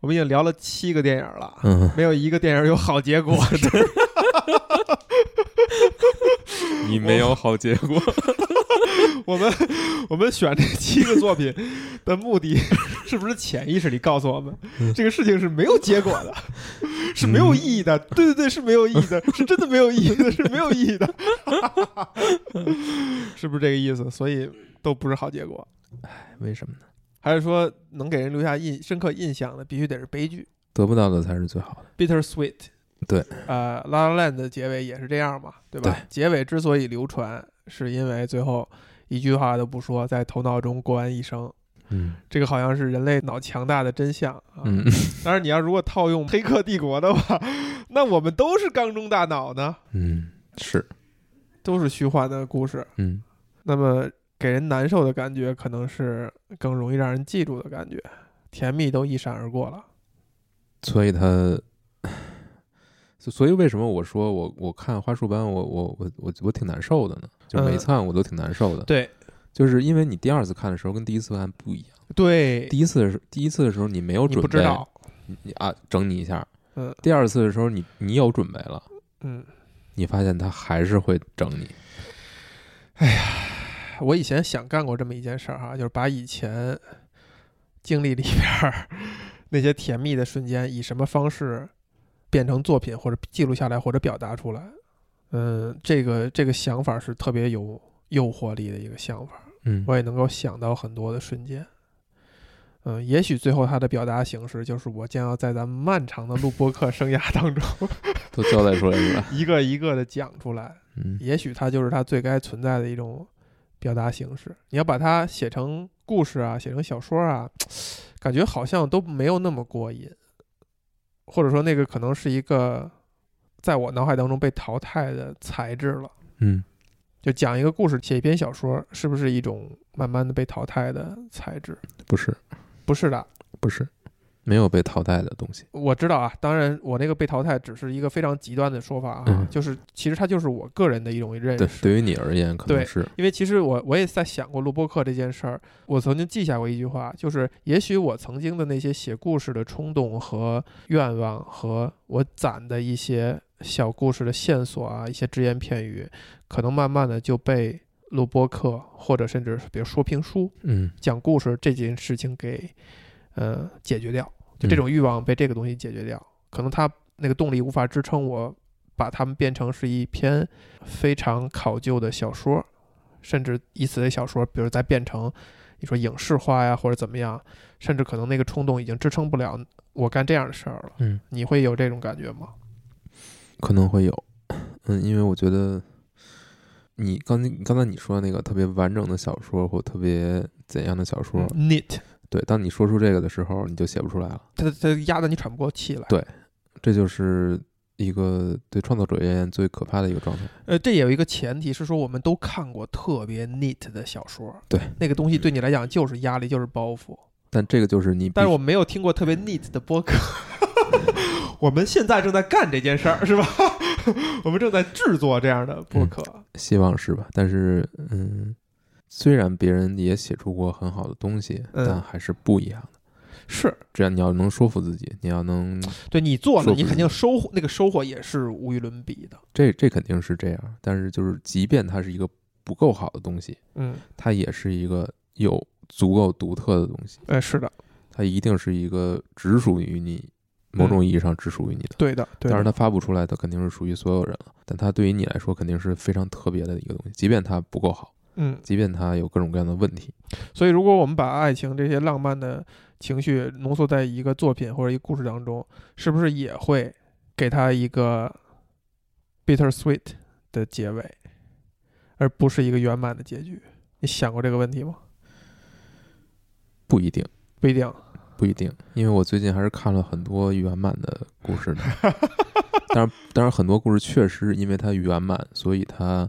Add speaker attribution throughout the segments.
Speaker 1: 我们已经聊了七个电影了，
Speaker 2: 嗯，
Speaker 1: 没有一个电影有好结果。
Speaker 2: 你没有好结果，
Speaker 1: 我们我们选这七个作品的目的，是不是潜意识里告诉我们，这个事情是没有结果的，是没有意义的？对对对，是没有意义的，是真的没有意义的，是没有意义的， 是不是这个意思？所以都不是好结果，
Speaker 2: 为什么呢？
Speaker 1: 还是说能给人留下印深刻印象的，必须得是悲剧
Speaker 2: 得不到的才是最好的。
Speaker 1: ，bitter sweet。
Speaker 2: 对，
Speaker 1: 呃，《La La Land》的结尾也是这样嘛，对吧？
Speaker 2: 对
Speaker 1: 结尾之所以流传，是因为最后一句话都不说，在头脑中过完一生。
Speaker 2: 嗯
Speaker 1: 这个好像是人类脑强大的真相啊。
Speaker 2: 嗯，
Speaker 1: 当然，你要如果套用《黑客帝国》的话，那我们都是缸中大脑呢，
Speaker 2: 嗯，是，
Speaker 1: 都是虚幻的故事。
Speaker 2: 嗯
Speaker 1: 那么给人难受的感觉，可能是更容易让人记住的感觉，甜蜜都一闪而过了。
Speaker 2: 所以他，所所以为什么我说我我看花束班我我我我我挺难受的呢？就每次看我都挺难受的，
Speaker 1: 对
Speaker 2: 就是因为你第二次看的时候跟第一次看不一样。
Speaker 1: 对，
Speaker 2: 第一次的时候，第一次的时候你没有
Speaker 1: 你
Speaker 2: 准备，
Speaker 1: 不知道，
Speaker 2: 你你啊整你一下。
Speaker 1: 嗯
Speaker 2: 第二次的时候你你有准备了，
Speaker 1: 嗯，
Speaker 2: 你发现他还是会整你。
Speaker 1: 我以前想干过这么一件事儿、哈，就是把以前经历里边儿那些甜蜜的瞬间，以什么方式变成作品，或者记录下来，或者表达出来。嗯，这个这个想法是特别有诱惑力的一个想法，
Speaker 2: 嗯
Speaker 1: 我也能够想到很多的瞬间。嗯，也许最后它的表达形式就是我将要在咱们漫长的录播课生涯当中，
Speaker 2: 都交代出来是吧？
Speaker 1: 一个一个的讲出来。
Speaker 2: 嗯
Speaker 1: 也许它就是它最该存在的一种表达形式。你要把它写成故事啊，写成小说啊，感觉好像都没有那么过瘾，或者说那个可能是一个在我脑海当中被淘汰的材质了。
Speaker 2: 嗯
Speaker 1: 就讲一个故事，写一篇小说，是不是一种慢慢的被淘汰的材质？
Speaker 2: 不是
Speaker 1: 不是的，
Speaker 2: 不是，没有被淘汰的东西。
Speaker 1: 我知道啊。当然，我那个被淘汰只是一个非常极端的说法啊，
Speaker 2: 嗯
Speaker 1: 就是其实它就是我个人的一种认
Speaker 2: 对
Speaker 1: 识。，
Speaker 2: 对于你而言可
Speaker 1: 对
Speaker 2: 能是
Speaker 1: 因为其实我我也在想过录播课这件事儿，我曾经记下过一句话，就是也许我曾经的那些写故事的冲动和愿望，和我攒的一些小故事的线索啊，一些只言片语，可能慢慢的就被录播课或者甚至比如说评书、
Speaker 2: 嗯，
Speaker 1: 讲故事这件事情给呃解决掉，就这
Speaker 2: 嗯
Speaker 1: 种欲望被这个东西解决掉，可能它那个动力无法支撑我把它们变成是一篇非常考究的小说，甚至以此类小说，比如再变成你说影视化呀，或者怎么样，甚至可能那个冲动已经支撑不了我干这样的事儿了。
Speaker 2: 嗯，
Speaker 1: 你会有这种感觉吗？
Speaker 2: 可能会有。嗯，因为我觉得你刚才刚才你说的那个特别完整的小说或特别怎样的小说，
Speaker 1: ，neat，
Speaker 2: 对，当你说出这个的时候，你就写不出来了。
Speaker 1: 它它压得你喘不过气来。
Speaker 2: 对这就是一个对创作者而言最可怕的一个状态。
Speaker 1: 呃，这也有一个前提是说，我们都看过特别 neat 的小说，
Speaker 2: 对，嗯
Speaker 1: 那个东西对你来讲就是压力，就是包袱。
Speaker 2: 但这个就是你必须，嗯
Speaker 1: 但是我没有听过特别 neat 的播客。 我们现在正在干这件事 儿，是吧？ 我们正在制作这样的播客。
Speaker 2: 希望是吧？但是，嗯，虽然别人也写出过很好的东西，
Speaker 1: 嗯
Speaker 2: 但还是不一样的。
Speaker 1: 是
Speaker 2: 这样你要能说服自己，你要能，
Speaker 1: 对你做了，
Speaker 2: 说不
Speaker 1: 你肯定收获那个收获也是无与伦比的。
Speaker 2: 这这肯定是这样。但是就是，即便它是一个不够好的东西，
Speaker 1: 嗯，
Speaker 2: 它也是一个有足够独特的东西，
Speaker 1: 哎，是的，
Speaker 2: 它一定是一个只属于你，某种意义上只属于你的。
Speaker 1: 对的，嗯对
Speaker 2: 当然，
Speaker 1: 的。
Speaker 2: 它发布出来的肯定是属于所有人了，但它对于你来说肯定是非常特别的一个东西，即便它不够好，
Speaker 1: 嗯，
Speaker 2: 即便它有各种各样的问题。
Speaker 1: 所以如果我们把爱情这些浪漫的情绪浓缩在一个作品或者一个故事当中，是不是也会给它一个 bitter sweet 的结尾，而不是一个圆满的结局？你想过这个问题吗？
Speaker 2: 不一定，
Speaker 1: 不一定。
Speaker 2: 不一定，因为我最近还是看了很多圆满的故 事的。当然，当然，很多故事确实因为它圆满，所以它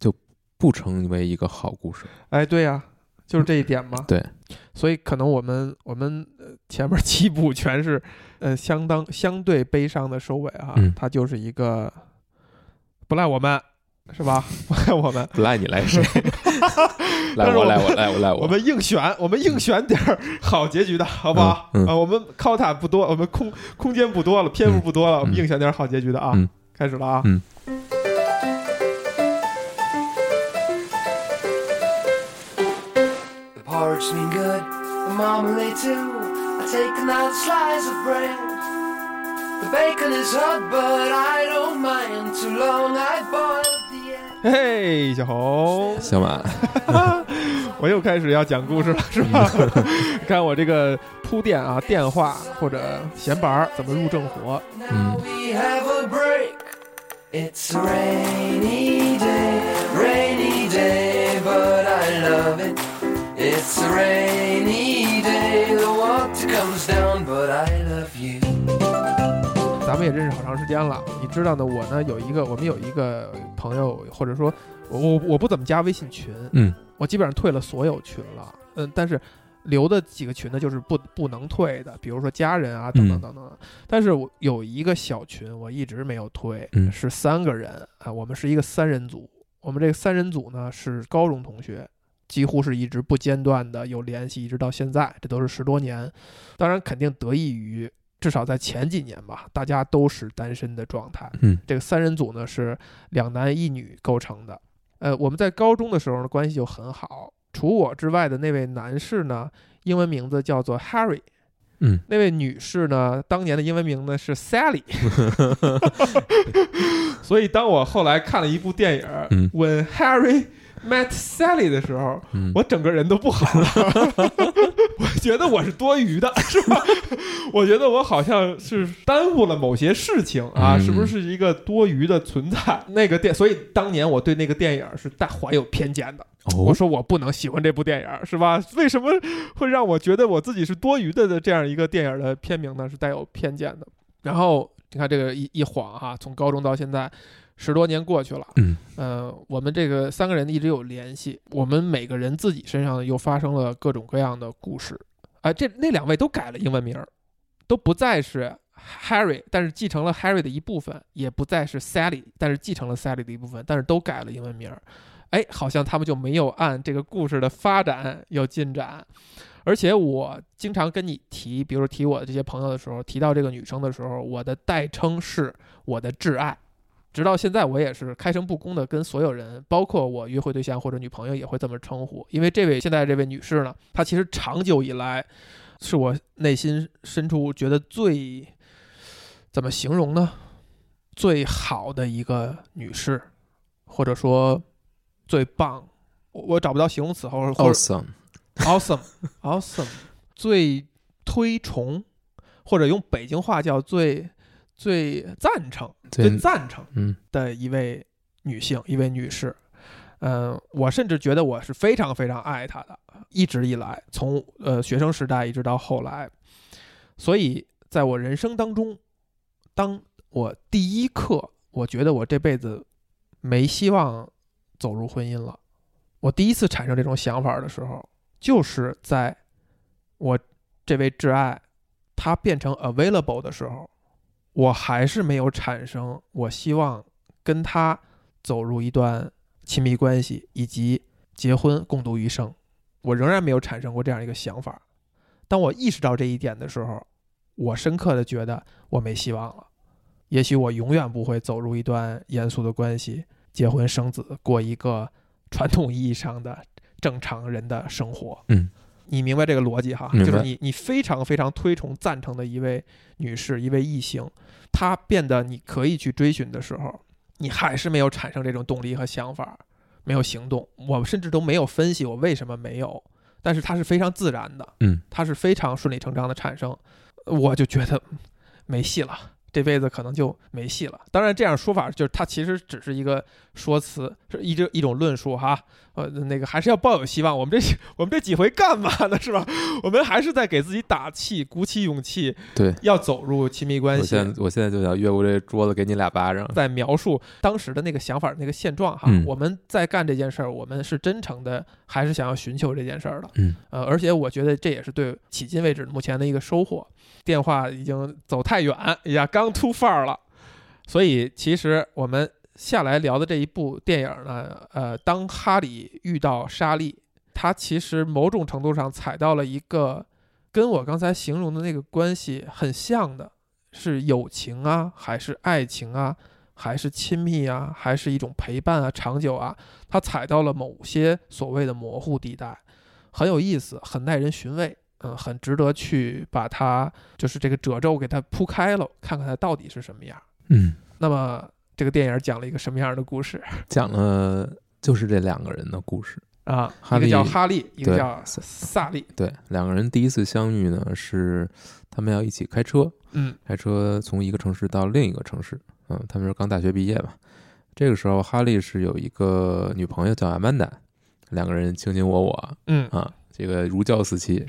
Speaker 2: 就不成为一个好故事。
Speaker 1: 哎，对呀、就是这一点嘛。
Speaker 2: 对，
Speaker 1: 所以可能我们我们呃前面七部全是呃相当相对悲伤的收尾啊，
Speaker 2: 嗯
Speaker 1: 它就是一个不赖我们是吧？不赖我们，
Speaker 2: 不赖你赖谁？来
Speaker 1: 但是
Speaker 2: 我
Speaker 1: 我
Speaker 2: 来我来我来嗯
Speaker 1: 我们硬选，我们硬选点儿好结局的好不好？
Speaker 2: 嗯嗯
Speaker 1: 啊，我们靠塔不多，我们空空间不多了，篇幅不多了，我们硬选点儿好结局的啊。
Speaker 2: 嗯
Speaker 1: 开始了啊。
Speaker 2: 嗯
Speaker 3: The porridge's been good, the marmalade too. I take another slice of bread. The bacon is hot, but I don't mind. Too long I boiled the egg.
Speaker 2: 嗯
Speaker 1: 嘿，小红，
Speaker 2: 小马，
Speaker 1: 我又开始要讲故事了，是吧？看我这个铺垫啊，电话或者闲板儿怎么入正活。
Speaker 3: Now we have a break. It's a rainy day, rainy day, but I love it. It's a rainy day, the water comes down, but I love you.
Speaker 1: 咱们也认识好长时间了，你知道呢，我呢有一个，我们有一个朋友，或者说我我我不怎么加微信群，
Speaker 2: 嗯
Speaker 1: 我基本上退了所有群了，嗯，但是留的几个群呢，就是不不能退的，比如说家人啊，等等
Speaker 2: 嗯
Speaker 1: 等等。但是我有一个小群，我一直没有退，
Speaker 2: 嗯
Speaker 1: 是三个人啊，我们是一个三人组，我们这个三人组呢是高中同学，几乎是一直不间断的有联系，一直到现在，这都是十多年。当然，肯定得益于至少在前几年吧，大家都是单身的状态。
Speaker 2: 嗯
Speaker 1: 这个三人组呢是两男一女构成的。呃，我们在高中的时候呢关系就很好，除我之外的那位男士呢，英文名字叫做 Harry。
Speaker 2: 嗯，
Speaker 1: 那位女士呢，当年的英文名呢是 Sally，所以当我后来看了一部电影儿《
Speaker 2: 嗯
Speaker 1: When Harry Met Sally》的时候，
Speaker 2: 嗯，
Speaker 1: 我整个人都不好了， 我觉得我是多余的，是吧？我觉得我好像是耽误了某些事情啊，
Speaker 2: 嗯
Speaker 1: 是不是一个多余的存在？那个电，所以当年我对那个电影是大怀有偏见的。我
Speaker 2: 哦，
Speaker 1: 说我不能喜欢这部电影，是吧？为什么会让我觉得我自己是多余的的这样一个电影的片名呢？是带有偏见的。然后你看这个一一晃哈、从高中到现在十多年过去了，
Speaker 2: 嗯
Speaker 1: 呃，我们这个三个人一直有联系，我们每个人自己身上又发生了各种各样的故事。啊、这那两位都改了英文名儿，都不再是 Harry，但是继承了 Harry 的一部分，也不再是 Sally，但是继承了 Sally 的一部分，但是都改了英文名儿。哎，好像他们就没有按这个故事的发展有进展。而且我经常跟你提，比如说提我的这些朋友的时候，提到这个女生的时候，我的代称是我的挚爱。直到现在，我也是开诚布公的跟所有人，包括我约会对象或者女朋友，也会这么称呼。因为这位现在这位女士呢，她其实长久以来是我内心深处觉得最怎么形容呢？最好的一个女士，或者说最棒，我我找不到形容词，或者或者
Speaker 2: awesome，
Speaker 1: awesome awesome 最推崇，或者用北京话叫最最赞成
Speaker 2: 对
Speaker 1: 最赞成
Speaker 2: 嗯
Speaker 1: 的一位女性，一位女士。嗯、我甚至觉得我是非常非常爱她的，一直以来，从呃学生时代一直到后来，所以在我人生当中，当我第一刻，我觉得我这辈子没希望走入婚姻了，我第一次产生这种想法的时候，就是在我这位挚爱她变成 available 的时候，我还是没有产生我希望跟他走入一段亲密关系以及结婚共度余生，我仍然没有产生过这样一个想法。当我意识到这一点的时候，我深刻的觉得我没希望了，也许我永远不会走入一段严肃的关系，结婚生子，过一个传统意义上的正常人的生活。
Speaker 2: 嗯，
Speaker 1: 你明白这个逻辑哈？就
Speaker 2: 明白
Speaker 1: 是你你非常非常推崇赞成的一位女士，一位异性，她变得你可以去追寻的时候，你还是没有产生这种动力和想法，没有行动，我甚至都没有分析我为什么没有，但是它是非常自然的，
Speaker 2: 嗯，
Speaker 1: 它是非常顺理成章的产生，我就觉得嗯没戏了，这辈子可能就没戏了。当然，这样说法就是它其实只是一个说辞，是一这一种论述哈，呃，那个还是要抱有希望。我们这我们这几回干嘛呢？是吧？ 我们还是在给自己打气，鼓起勇气
Speaker 2: 对，
Speaker 1: 要走入亲密关
Speaker 2: 我
Speaker 1: 系。
Speaker 2: 现在我现在就想越过这桌子给你俩巴掌，
Speaker 1: 在描述当时的那个想法、那个现状哈。
Speaker 2: 嗯
Speaker 1: 我们在干这件事儿，我们是真诚的，还是想要寻求这件事儿的？
Speaker 2: 嗯，
Speaker 1: 呃，而且我觉得这也是对迄今为止目前的一个收获。电哎话已经走太远，呀，刚 too far 了。所以其实我们下来聊的这一部电影呢，呃，当哈里遇到莎莉，他其实某种程度上踩到了一个跟我刚才形容的那个关系很像的，是友情啊，还是爱情啊，还是亲密啊，还是一种陪伴啊，长久啊，他踩到了某些所谓的模糊地带，很有意思，很耐人寻味。嗯，很值得去把它，就是这个褶皱给它铺开了，看看它到底是什么样。
Speaker 2: 嗯，
Speaker 1: 那么这个电影讲了一个什么样的故事
Speaker 2: 讲了就是这两个人的故事。
Speaker 1: 啊？
Speaker 2: 哈
Speaker 1: 一个
Speaker 2: 利
Speaker 1: 叫哈利，一个
Speaker 2: 对
Speaker 1: 叫
Speaker 2: 萨
Speaker 1: 萨利。
Speaker 2: 对，两个人第一次相遇呢，是他们要一起开车，
Speaker 1: 嗯
Speaker 2: 开车从一个城市到另一个城市。嗯，他们是刚大学毕业吧？这个时候，哈利是有一个女朋友叫阿曼达，两个人卿卿我我
Speaker 1: 嗯
Speaker 2: 啊，这个如胶似 漆。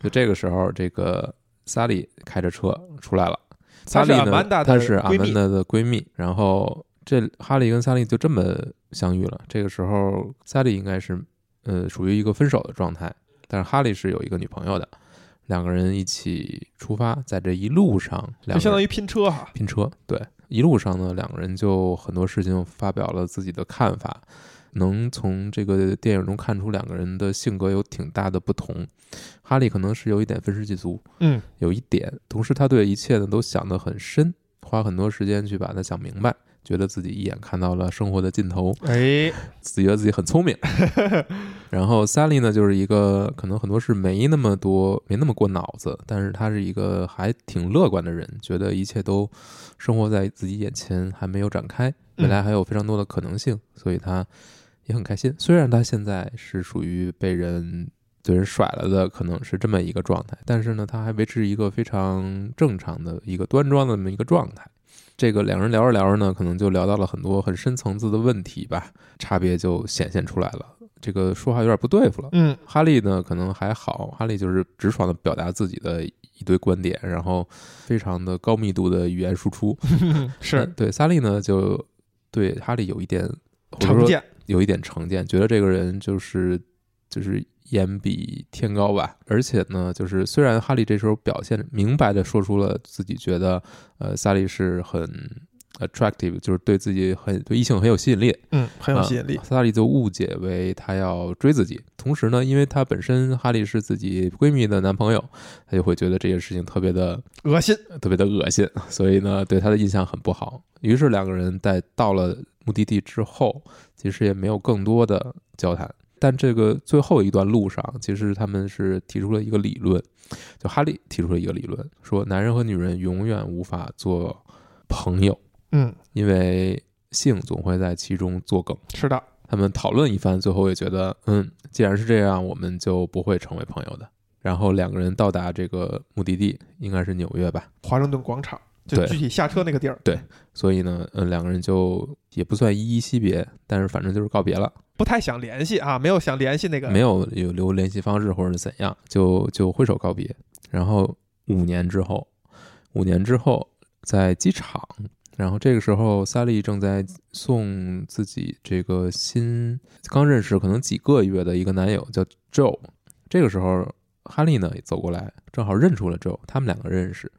Speaker 2: 就这个时候，这个萨利开着车出来了。萨
Speaker 1: 她是
Speaker 2: 利
Speaker 1: 阿曼达
Speaker 2: 呢，
Speaker 1: 的
Speaker 2: 她是阿
Speaker 1: 闺
Speaker 2: 曼
Speaker 1: 蜜
Speaker 2: 达的闺蜜。然后这哈利跟萨利就这么相遇了。这个时候，萨利应该是呃属于一个分手的状态，但是哈利是有一个女朋友的。两个人一起出发，在这一路上，
Speaker 1: 就
Speaker 2: 两个
Speaker 1: 相
Speaker 2: 人
Speaker 1: 当于拼车哈。
Speaker 2: 拼车。对，一路上呢，两个人就很多事情发表了自己的看法，能从这个电影中看出两个人的性格有挺大的不同。哈利可能是有一点愤世嫉俗，
Speaker 1: 嗯
Speaker 2: 有一点，同时他对一切呢都想得很深，花很多时间去把它想明白，觉得自己一眼看到了生活的尽头，
Speaker 1: 哎，
Speaker 2: 自己觉得自己很聪明。然后萨利呢，就是一个可能很多事没那么多，没那么过脑子，但是他是一个还挺乐观的人，觉得一切都生活在自己眼前，还没有展开，
Speaker 1: 嗯
Speaker 2: 未来还有非常多的可能性，所以他也很开心。虽然他现在是属于被人被人甩了的，可能是这么一个状态，但是呢，他还维持一个非常正常的一个端庄的那么一个状态。这个两人聊着聊着呢，可能就聊到了很多很深层次的问题吧，差别就显现出来了。这个说话有点不对付了。
Speaker 1: 嗯
Speaker 2: 哈利呢，可能还好，哈利就是直爽的表达自己的一堆观点，然后非常的高密度的语言输出。呃
Speaker 1: 是
Speaker 2: 对萨利呢，就对哈利有一点或者
Speaker 1: 成
Speaker 2: 说
Speaker 1: 见。
Speaker 2: 有一点成见，觉得这个人就是就是眼比天高吧。而且呢，就是虽然哈利这时候表现明白的说出了自己觉得，呃，萨利是很呃 attractive，就是对自己很对异性很有吸引力，
Speaker 1: 嗯，很有
Speaker 2: 啊
Speaker 1: 吸引力。
Speaker 2: 萨利就误解为他要追自己，同时呢，因为他本身哈利是自己闺蜜的男朋友，他就会觉得这件事情特别的
Speaker 1: 恶心。
Speaker 2: 特别的恶心，所以呢，对他的印象很不好。于是两个人在到了目的地之后，其实也没有更多的交谈。但这个最后一段路上，其实他们是提出了一个理论，就哈利提出了一个理论，说男人和女人永远无法做朋友，
Speaker 1: 嗯，
Speaker 2: 因为性总会在其中作梗。
Speaker 1: 是的。
Speaker 2: 他们讨论一番，最后也觉得，嗯，既然是这样，我们就不会成为朋友的。然后两个人到达这个目的地，应该是纽约吧？
Speaker 1: 华盛顿广场，就
Speaker 2: 对
Speaker 1: 具体下车那个地儿，
Speaker 2: 所以呢，嗯，两个人就也不算依依惜别，但是反正就是告别了，
Speaker 1: 不太想联系啊，没有想联系那个。
Speaker 2: 没有有留联系方式或者是怎样，就就挥手告别。然后五年之后，五年之后在机场，然后这个时候萨利正在送自己这个新刚认识可能几个月的一个男友叫 Joe，这个时候哈利呢也走过来，正好认出了 Joe，他们两个
Speaker 1: 嗯
Speaker 2: 认识。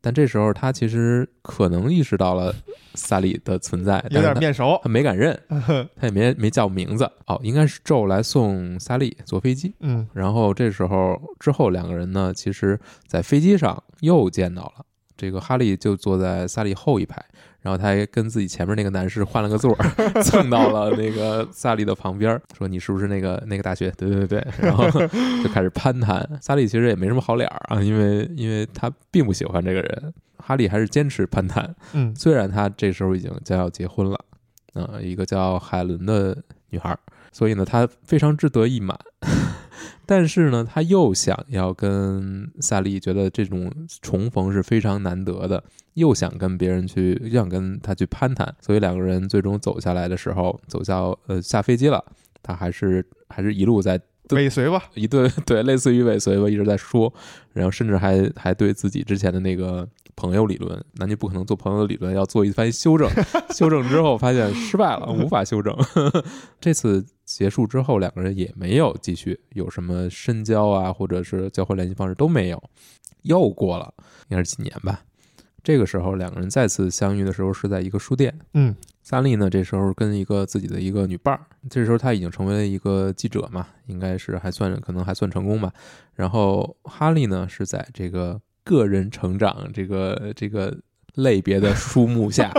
Speaker 2: 但这时候他其实可能意识到了萨利的存在，
Speaker 1: 有
Speaker 2: 但是
Speaker 1: 点
Speaker 2: 他
Speaker 1: 面熟。
Speaker 2: 他没敢认，他也没没叫名字哦，应该是宙来送萨利坐飞机。
Speaker 1: 嗯
Speaker 2: 然后这时候之后两个人呢，其实在飞机上又见到了。这个哈利就坐在萨利后一排，然后他还跟自己前面那个男士换了个座儿，蹭到了那个萨利的旁边儿，说你是不是那个那个大学？对对对，然后就开始攀谈。萨利其实也没什么好脸儿啊，因为因为他并不喜欢这个人，哈利还是坚持攀谈。
Speaker 1: 嗯
Speaker 2: 虽然她这时候已经将要结婚了，嗯、一个叫海伦的女孩儿，所以呢，她非常志得意满， 但是呢，她又想要跟萨利，觉得这种重逢是非常难得的，又想跟别人去，又想跟他去攀谈，所以两个人最终走下来的时候，走下呃下飞机了，她还是还是一路在
Speaker 1: 尾随吧。
Speaker 2: 一顿对，类似于尾随吧，一直在说，然后甚至还还对自己之前的那个朋友理论，男女不可能做朋友的理论要做一番修正， 修正之后发现失败了，无法修正。这次结束之后，两个人也没有继续有什么深交啊，或者是交换联系方式都没有。又过了应该是几年吧，这个时候，两个人再次相遇的时候是在一个书店。
Speaker 1: 嗯
Speaker 2: 萨利呢，这时候跟一个自己的一个女伴儿，这时候他已经成为了一个记者嘛，应该是还算可能还算成功吧。然后哈利呢是在这个个人成长这个这个类别的书目下，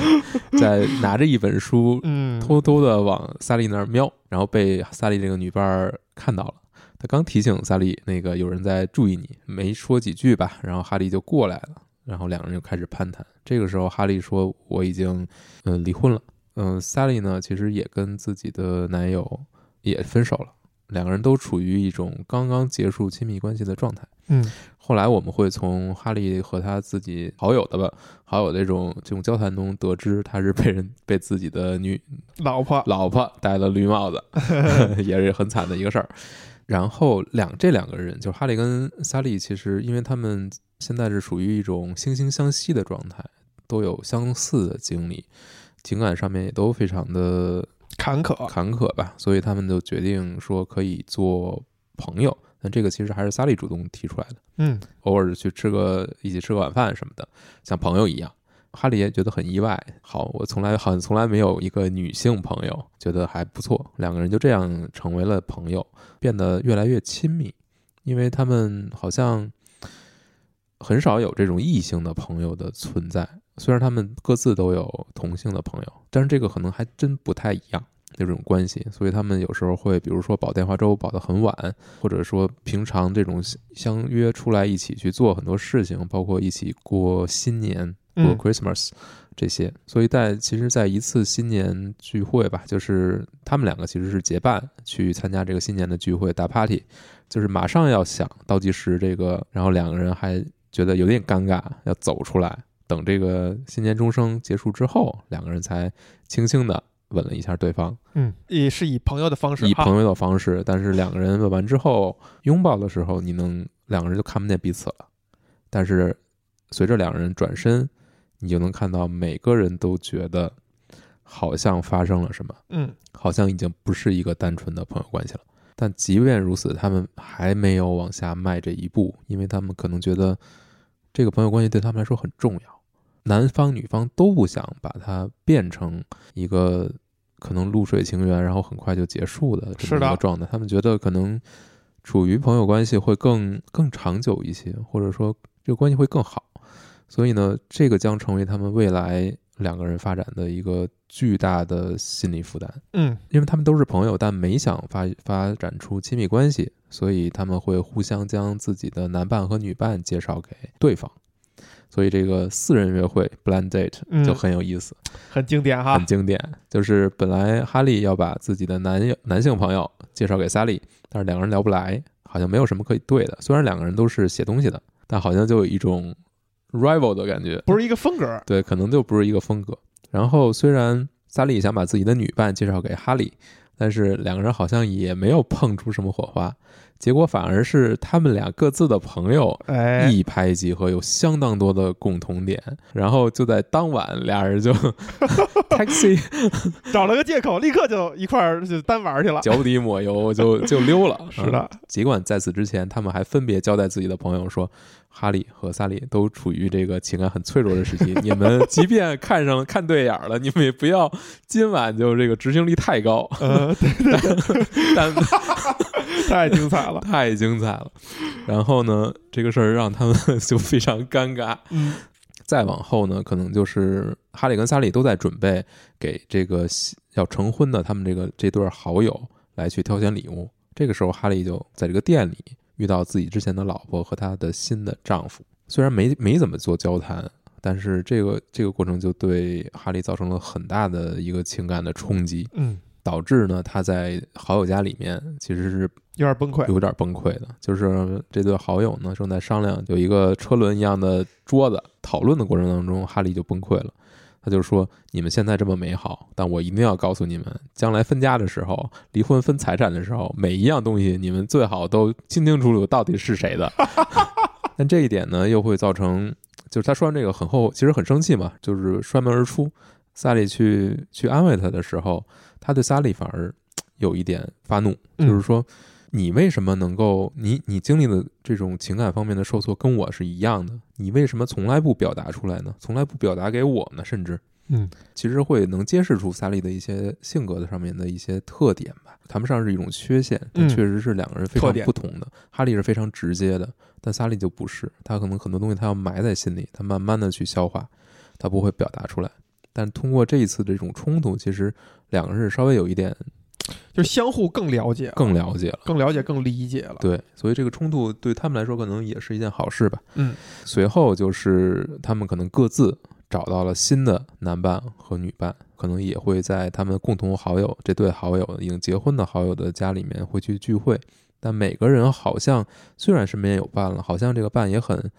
Speaker 2: 在拿着一本书
Speaker 1: 嗯，
Speaker 2: 偷偷的往萨利那儿瞄，然后被萨利这个女伴儿看到了。他刚提醒萨利，那个有人在注意你，没说几句吧，然后哈利就过来了，然后两个人就开始攀谈。这个时候，哈利说：“我已经，嗯、离婚了。嗯、萨利呢，其实也跟自己的男友也分手了，两个人都处于一种刚刚结束亲密关系的状态。
Speaker 1: 嗯
Speaker 2: 后来我们会从哈利和他自己好友的吧，好友的这种这种交谈中得知，他是被人被自己的女
Speaker 1: 老婆，
Speaker 2: 老婆戴了绿帽子， 也是很惨的一个事儿。然后两这两个人，就哈利跟萨利，其实因为他们现在是属于一种惺惺相惜的状态，都有相似的经历，情感上面也都非常的
Speaker 1: 坎坷，
Speaker 2: 坎坷吧，所以他们就决定说可以做朋友。但这个其实还是萨利主动提出来的。
Speaker 1: 嗯
Speaker 2: 偶尔去吃个一起吃个晚饭什么的，像朋友一样。哈利也觉得很意外，好，我从来好像从来没有一个女性朋友，觉得还不错。两个人就这样成为了朋友，变得越来越亲密，因为他们好像很少有这种异性的朋友的存在。虽然他们各自都有同性的朋友，但是这个可能还真不太一样那种关系，所以他们有时候会，比如说煲电话粥煲得很晚，或者说平常这种相约出来一起去做很多事情，包括一起过新年、过
Speaker 1: 嗯
Speaker 2: Christmas、这些。所以在其实，在一次新年聚会吧，就是他们两个其实是结伴去参加这个新年的聚会大 party，就是马上要想倒计时这个，然后两个人还觉得有点尴尬，要走出来。等这个新年钟声结束之后，两个人才轻轻的吻了一下对方，
Speaker 1: 嗯，也是以朋友的方式
Speaker 2: 以
Speaker 1: 哈，
Speaker 2: 朋友的方式，但是两个人吻完之后拥抱的时候，你能两个人就看不见彼此了。但是随着两个人转身，你就能看到每个人都觉得好像发生了什么，
Speaker 1: 嗯
Speaker 2: 好像已经不是一个单纯的朋友关系了。但即便如此，他们还没有往下迈这一步，因为他们可能觉得这个朋友关系对他们来说很重要。男方女方都不想把它变成一个可能露水情缘，然后很快就结束的这
Speaker 1: 是
Speaker 2: 么
Speaker 1: 的
Speaker 2: 一个状态。他们觉得可能处于朋友关系会更更长久一些，或者说这个关系会更好。所以呢，这个将成为他们未来两个人发展的一个巨大的心理负担。
Speaker 1: 嗯
Speaker 2: 因为他们都是朋友，但没想发发展出亲密关系，所以他们会互相将自己的男伴和女伴介绍给对方。所以这个四人约会 （blind date）
Speaker 1: 嗯啊
Speaker 2: 就很有意思，
Speaker 1: 很经典哈
Speaker 2: 很，经典。就是本来哈利要把自己的男友男性朋友介绍给萨利，但是两个人聊不来，好像没有什么可以对的。虽然两个人都是写东西的，但好像就有一种 rival 的感觉。
Speaker 1: 不是一个风格，
Speaker 2: 对，可能就不是一个风格。然后虽然萨利想把自己的女伴介绍给哈利，但是两个人好像也没有碰出什么火花，结果反而是他们俩各自的朋友。
Speaker 1: 哎，
Speaker 2: 一拍即合，有相当多的共同点，然后就在当晚，俩人 就 taxi
Speaker 1: 找了个借口，立刻就一块儿就单玩去了，
Speaker 2: 脚底抹油就就溜了。
Speaker 1: 是的，
Speaker 2: 尽管在此之前，他们还分别交代自己的朋友说，哈利和萨利都处于这个情感很脆弱的时期，你 们即便看上看对眼儿了，你们也不要今晚就这个执行力太高，
Speaker 1: 嗯，对
Speaker 2: 但
Speaker 1: 太精彩 了，
Speaker 2: 太精彩了。然后呢，这个事儿让他们 就非常尴尬。
Speaker 1: 嗯
Speaker 2: 再往后呢，可能就是哈利跟萨利都在准备给这个新要成婚的他们这个这对儿好友来去挑选礼物。这个时候，哈利就在这个店里遇到自己之前的老婆和她的新的丈夫。虽然没没怎么做交谈，但是这个这个过程就对哈利造成了很大的一个情感的冲击，
Speaker 1: 嗯，
Speaker 2: 导致呢他在好友家里面其实是
Speaker 1: 有点崩溃，
Speaker 2: 有点崩溃的，就是这对好友呢正在商量有一个车轮一样的桌子讨论的过程当中，哈利就崩溃了。他就说：“你们现在这么美好，但我一定要告诉你们，将来分家的时候、离婚分财产的时候，每一样东西你们最好都清清楚楚到底是谁的。” 但这一点呢，又会造成，就是他说完这个很后，其实很生气嘛，就是摔门而出。萨利去去安慰他的时候，他对萨利反而有一点发怒，
Speaker 1: 嗯
Speaker 2: 就是说，你为什么能够你你经历的这种情感方面的受挫跟我是一样的，你为什么从来不表达出来呢？从来不表达给我呢？甚至
Speaker 1: 嗯，
Speaker 2: 其实会能揭示出萨利的一些性格的上面的一些特点吧，谈不上是一种缺陷，但
Speaker 1: 嗯
Speaker 2: 确实是两个人非常
Speaker 1: 特点
Speaker 2: 不同的。哈利是非常直接的，但萨利就不是，他可能很多东西他要埋在心里，他慢慢的去消化，他不会表达出来。但通过这一次的这种冲突，其实两个人是稍微有一点
Speaker 1: 就是相互更了解了，
Speaker 2: 更了解了。
Speaker 1: 更了解、更理解了。
Speaker 2: 对，所以这个冲突对他们来说可能也是一件好事吧。
Speaker 1: 嗯，
Speaker 2: 随后就是他们可能各自找到了新的男伴和女伴，可能也会在他们共同好友这对好友已经结婚的好友的家里面会去聚会。但每个人好像虽然身边有伴了，好像这个伴也很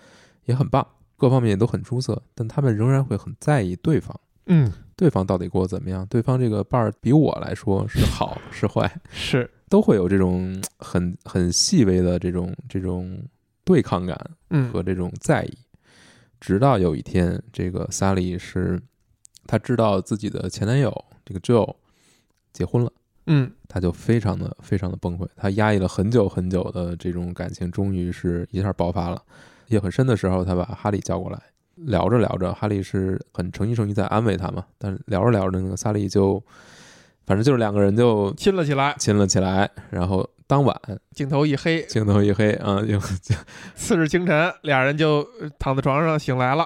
Speaker 2: 也很棒，各方面也都很出色，但他们仍然会很在意对方。
Speaker 1: 嗯，
Speaker 2: 对方到底给我怎么样？对方这个伴儿比我来说是好是坏？
Speaker 1: 是，
Speaker 2: 都会有这种很很细微的这种这种对抗感
Speaker 1: 嗯
Speaker 2: 和这种在意，直到有一天，这个萨利是她知道自己的前男友这个 Joe 结婚了，
Speaker 1: 嗯
Speaker 2: 她就非常的非常的崩溃，她压抑了很久很久的这种感情，终于是一下爆发了。夜很深的时候，她把哈利叫过来，聊着聊着，哈利是很诚心诚意在安慰她嘛，但聊着聊着，那个萨利就，反正就是两个人就
Speaker 1: 亲了起来，
Speaker 2: 亲了起来，然后当晚
Speaker 1: 镜头一黑，
Speaker 2: 镜头一黑啊，就
Speaker 1: 次日清晨，俩人就呃躺在床上醒来了。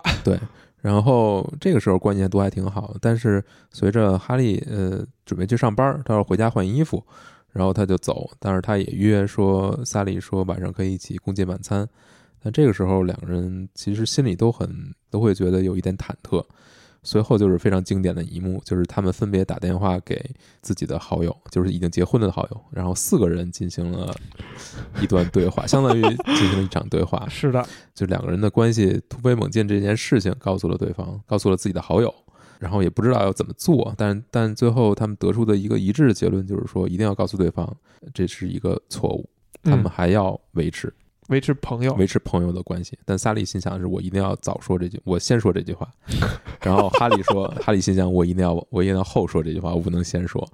Speaker 2: 然后这个时候关系都还挺好，但是随着哈利呃准备去上班，他要回家换衣服，然后他就走，但是他也约说萨利说晚上可以一起共进晚餐，但这个时候两个人其实心里都很都会觉得有一点忐忑。随后就是非常经典的一幕，就是他们分别打电话给自己的好友，就是已经结婚的好友，然后四个人进行了一段对话，相当于进行了一场对 话。
Speaker 1: 是的，
Speaker 2: 就两个人的关系突飞猛进这件事情，告诉了对方，告诉了自己的好友，然后也不知道要怎么做，但但最后他们得出的一个一致的结论就是说，一定要告诉对方这是一个错误，他们
Speaker 1: 嗯
Speaker 2: 还要维持、
Speaker 1: 维持朋友，
Speaker 2: 维持朋友的关系。但萨利心想的是我一定要早说这句，我先说这句话， 然后哈利说，哈利心想我一定要我一定要后说这句话，我不能先说。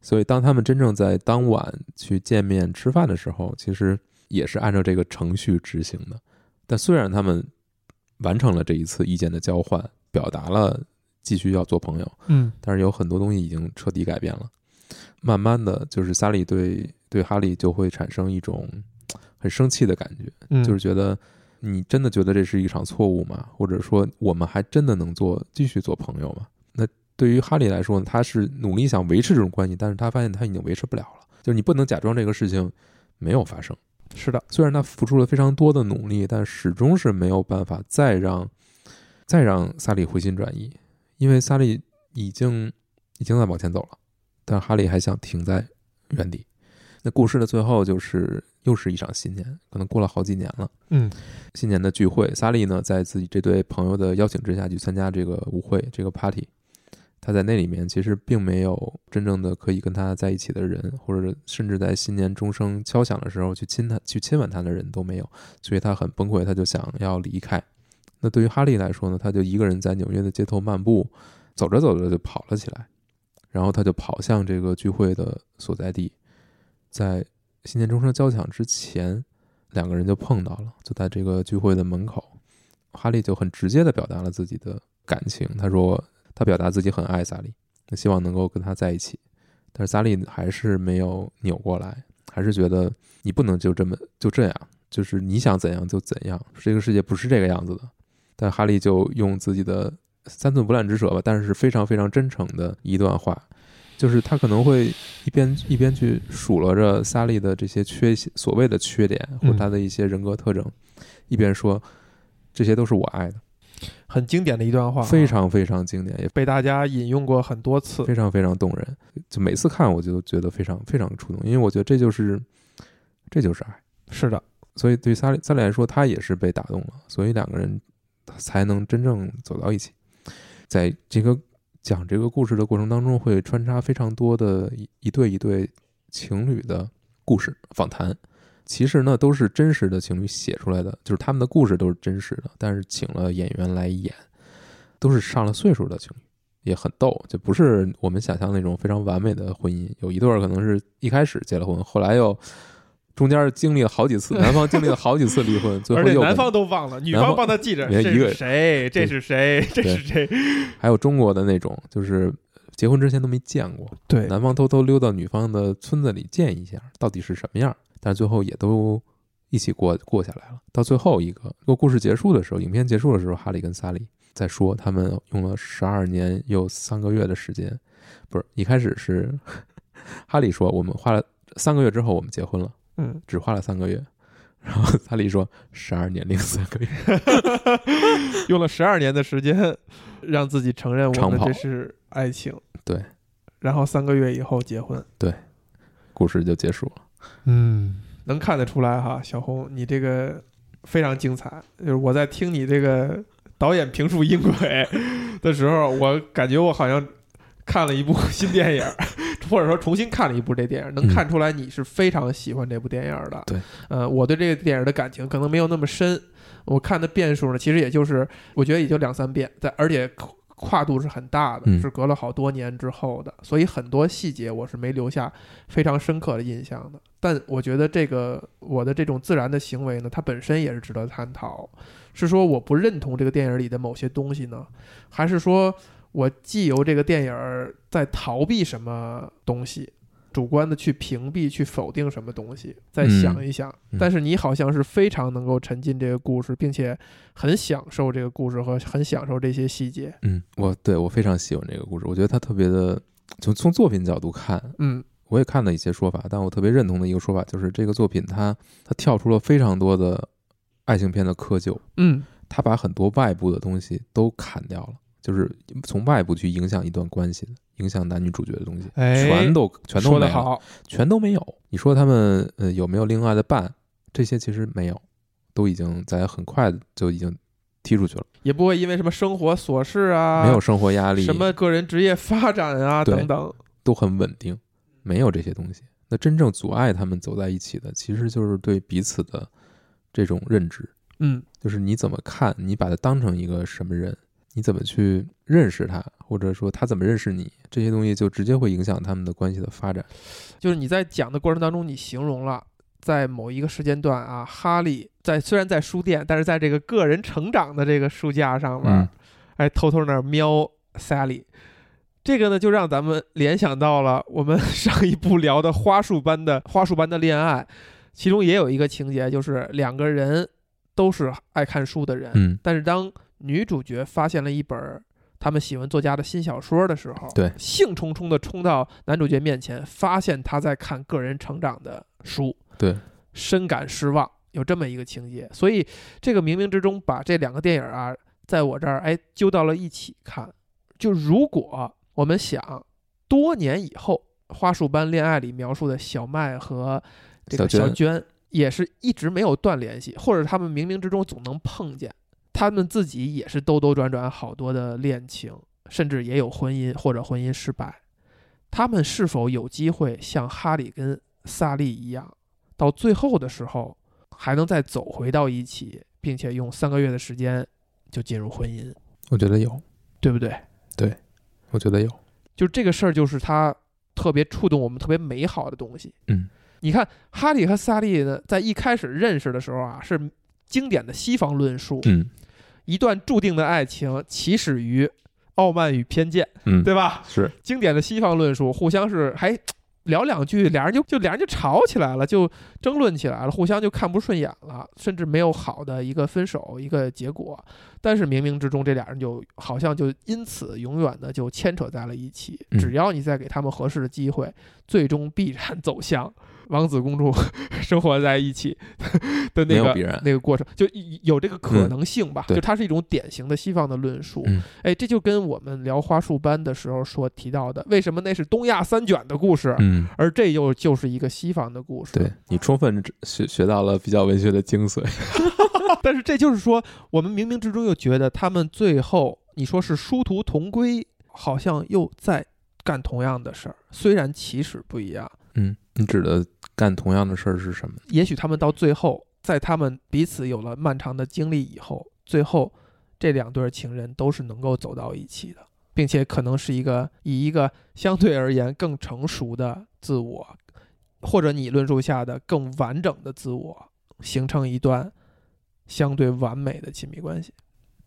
Speaker 2: 所以当他们真正在当晚去见面吃饭的时候，其实也是按照这个程序执行的。但虽然他们完成了这一次意见的交换，表达了继续要做朋友，
Speaker 1: 嗯
Speaker 2: 但是有很多东西已经彻底改变了。慢慢的就是萨利对对哈利就会产生一种很生气的感觉，
Speaker 1: 嗯，
Speaker 2: 就是觉得你真的觉得这是一场错误吗？或者说我们还真的能做继续做朋友吗？那对于哈利来说呢，他是努力想维持这种关系，但是他发现他已经维持不了了。就是你不能假装这个事情没有发生。
Speaker 1: 是的，
Speaker 2: 虽然他付出了非常多的努力，但始终是没有办法再让再让萨利回心转意，因为萨利已经已经在往前走了，但哈利还想停在原地。那故事的最后就是又是一场新年，可能过了好几年了。
Speaker 1: 嗯
Speaker 2: 新年的聚会，萨利呢在自己这对朋友的邀请之下去参加这个舞会，这个 party。他在那里面其实并没有真正的可以跟他在一起的人，或者甚至在新年钟声敲响的时候去亲他、去亲吻他的人都没有，所以他很崩溃，他就想要离开。那对于哈利来说呢，他就一个人在纽约的街头漫步，走着走着就跑了起来，然后他就跑向这个聚会的所在地，在新年钟声敲响之前，两个人就碰到了，就在这个聚会的门口，哈利就很直接的表达了自己的感情，他说他表达自己很爱萨利，那希望能够跟他在一起，但是萨利还是没有扭过来，还是觉得你不能就这么就这样，就是你想怎样就怎样，这个世界不是这个样子的。但哈利就用自己的三寸不烂之舌吧，但是非常非常真诚的一段话，就是他可能会一边一边去数落着萨利的这些缺陷所谓的缺点或者他的一些人格特征，一边说这些都是我爱的，
Speaker 1: 很经典的一段话啊，
Speaker 2: 非常非常经典，也
Speaker 1: 被大家引用过很多次。
Speaker 2: 非常非常动人。就每次看我就觉得非常非常触动，因为我觉得这就是这就是爱。
Speaker 1: 是的，
Speaker 2: 所以对萨利萨利来说，他也是被打动了，所以两个人才能真正走到一起。在这个讲这个故事的过程当中，会穿插非常多的一一对一对情侣的故事访谈。其实呢，都是真实的情侣写出来的，就是他们的故事都是真实的，但是请了演员来演，都是上了岁数的情侣，也很逗，就不是我们想象那种非常完美的婚姻。有一对儿可能是一开始结了婚，后来又中间经历了好几次，男方经历了好几次离婚，最后
Speaker 1: 而且
Speaker 2: 又
Speaker 1: 男
Speaker 2: 跟
Speaker 1: 方都忘了，女
Speaker 2: 男
Speaker 1: 方
Speaker 2: 方
Speaker 1: 帮他记着
Speaker 2: 也
Speaker 1: 这
Speaker 2: 一个
Speaker 1: 是谁，这是谁，这
Speaker 2: 对
Speaker 1: 是谁。
Speaker 2: 还有中国的那种，就是结婚之前都没见过，
Speaker 1: 对
Speaker 2: 男方偷偷溜到女方的村子里见一下，到底是什么样？但是最后也都一起过过下来了。到最后一个，这个故事结束的时候，影片结束的时候，哈利跟萨利在说，他们用了十二年又三个月的时间，不是一开始是哈利说，我们花了三个月之后我们结婚了，
Speaker 1: 嗯，
Speaker 2: 只花了三个月。然后萨利说：“十二年零三个月，
Speaker 1: 用了十二年的时间，让自己承认我
Speaker 2: 长
Speaker 1: 们
Speaker 2: 跑
Speaker 1: 这是爱情。
Speaker 2: 对，
Speaker 1: 然后三个月以后结婚。
Speaker 2: 故事就结束了。
Speaker 1: 嗯，能看得出来哈，小红，你这个非常精彩。就是我在听你这个导演评述音轨的时候，我感觉我好像看了一部新电影儿， 或者说重新看了一部这电影，能看出来你是非常喜欢这部电影的。
Speaker 2: 对，
Speaker 1: 呃，我对这个电影的感情可能没有那么深，我看的遍数呢，其实也就是我觉得也就两三遍，但而且跨。跨度是很大的，
Speaker 2: 嗯
Speaker 1: 是隔了好多年之后的，所以很多细节我是没留下非常深刻的印象的。但我觉得这个我的这种自然的行为呢，它本身也是值得探讨。是说我不认同这个电影里的某些东西呢，还是说我既由这个电影儿在逃避什么东西，主观的去屏蔽、去否定什么东西？再
Speaker 2: 嗯
Speaker 1: 想一想。
Speaker 2: 嗯
Speaker 1: 但是你好像是非常能够沉浸这个故事，并且很享受这个故事和很享受这些细节。
Speaker 2: 嗯，我对我非常喜欢这个故事，我觉得它特别的，从从作品角度看，
Speaker 1: 嗯
Speaker 2: 我也看了一些说法，但我特别认同的一个说法就是，这个作品它它跳出了非常多的爱情片的窠臼，
Speaker 1: 嗯
Speaker 2: 它把很多外部的东西都砍掉了，就是从外部去影响一段关系的，影响男女主角的东西，
Speaker 1: 哎
Speaker 2: 全都全都
Speaker 1: 说
Speaker 2: 没
Speaker 1: 得
Speaker 2: 有，
Speaker 1: 好，
Speaker 2: 全都没有。你说他们呃有没有另外的伴？这些其实没有，都已经在很快就已经踢出去了，
Speaker 1: 也不会因为什么生活琐事啊，
Speaker 2: 没有生活压力，
Speaker 1: 什么个人职业发展啊
Speaker 2: 对
Speaker 1: 等等。
Speaker 2: 都很稳定，没有这些东西。那真正阻碍他们走在一起的，其实就是对彼此的这种认知，
Speaker 1: 嗯
Speaker 2: 就是你怎么看，你把他当成一个什么人，你怎么去认识他，或者说他怎么认识你，这些东西就直接会影响他们的关系的发展。
Speaker 1: 就是你在讲的过程当中，你形容了在某一个时间段啊，哈利在虽然在书店，但是在这个个人成长的这个书架上面，
Speaker 2: 嗯
Speaker 1: 哎，偷偷那儿瞄 Sally。这个呢，就让咱们联想到了我们 上一部聊的花束般的花束般的恋爱，其中也有一个情节，就是两个人都是爱看书的人，
Speaker 2: 嗯，
Speaker 1: 但是当女主角发现了一本他们喜欢作家的新小说的时候，
Speaker 2: 对
Speaker 1: 兴冲冲地冲到男主角面前，发现他在看个人成长的书，
Speaker 2: 对，
Speaker 1: 深感失望，有这么一个情节。所以这个冥冥之中把这两个电影啊，在我这儿哎揪到了一起看。就如果我们想多年以后，《花束般恋爱》里描述的小麦和这个
Speaker 2: 小
Speaker 1: 小
Speaker 2: 娟
Speaker 1: 娟也是一直没有断联系，或者他们冥冥之中总能碰见，他们自己也是兜兜转转好多的恋情，甚至也有婚姻或者婚姻失败。他们是否有机会像哈里跟萨利一样，到最后的时候还能再走回到一起，并且用三个月的时间就进入婚姻，
Speaker 2: 我觉得有，
Speaker 1: 对不对？
Speaker 2: 我觉得有，
Speaker 1: 就这个事儿，就是它特别触动我们特别美好的东西。
Speaker 2: 嗯，
Speaker 1: 你看哈利和萨利呢，在一开始认识的时候啊，是经典的西方论述，
Speaker 2: 嗯
Speaker 1: 一段注定的爱情起始于傲慢与偏见，
Speaker 2: 嗯，
Speaker 1: 对吧？
Speaker 2: 是，
Speaker 1: 经典的西方论述，互相是还聊两句， 俩人就就俩人就吵起来了，就争论起来了，互相就看不顺眼了，甚至没有好的一个分手一个结果。但是冥冥之中，这俩人就好像就因此永远的就牵扯在了一起。
Speaker 2: 嗯
Speaker 1: 只要你再给他们合适的机会，最终必然走向王子公主 生活在一起 的那
Speaker 2: 没有
Speaker 1: 个
Speaker 2: 必然。
Speaker 1: 那个过程，就一有这个可能性吧。
Speaker 2: 嗯对
Speaker 1: 就它是一种典型的西方的论述。
Speaker 2: 嗯
Speaker 1: 哎，这就跟我们聊花束般的时候说提到的，为什么那是东亚三卷的故事，
Speaker 2: 嗯，
Speaker 1: 而这又就是一个西方的故事。
Speaker 2: 对你充分学学到了比较文学的精髓。
Speaker 1: 但是这就是说，我们冥冥之中又觉得他们最后，你说是殊途同归，好像又在干同样的事儿，虽然起始不一样。
Speaker 2: 嗯，你指的干同样的事儿是什么？
Speaker 1: 也许他们到最后，在他们彼此有了漫长的经历以后，最后这两对情人都是能够走到一起的，并且可能是一个以一个相对而言更成熟的自我，或者你论述下的更完整的自我，形成一段相对完美的亲密关系。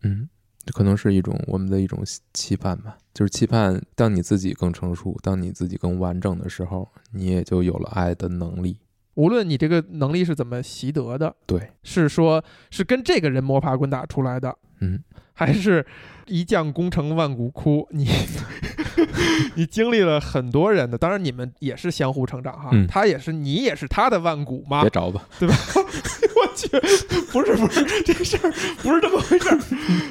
Speaker 2: 嗯，这可能是一种我们的一种期期盼吧，就是期盼当你自己更成熟，当你自己更完整的时候，你也就有了爱的能力。
Speaker 1: 无论你这个能力是怎么习得的，
Speaker 2: 对，
Speaker 1: 是说是跟这个人摸爬滚打出来的，
Speaker 2: 嗯，
Speaker 1: 还是一将功成万骨枯？你 你经历了很多人的，当然你们也是相互成长哈，
Speaker 2: 嗯
Speaker 1: 他也是你也是他的万骨嘛
Speaker 2: 别，找吧，
Speaker 1: 对吧？我去，不是不是，这事儿不是这么回 事儿，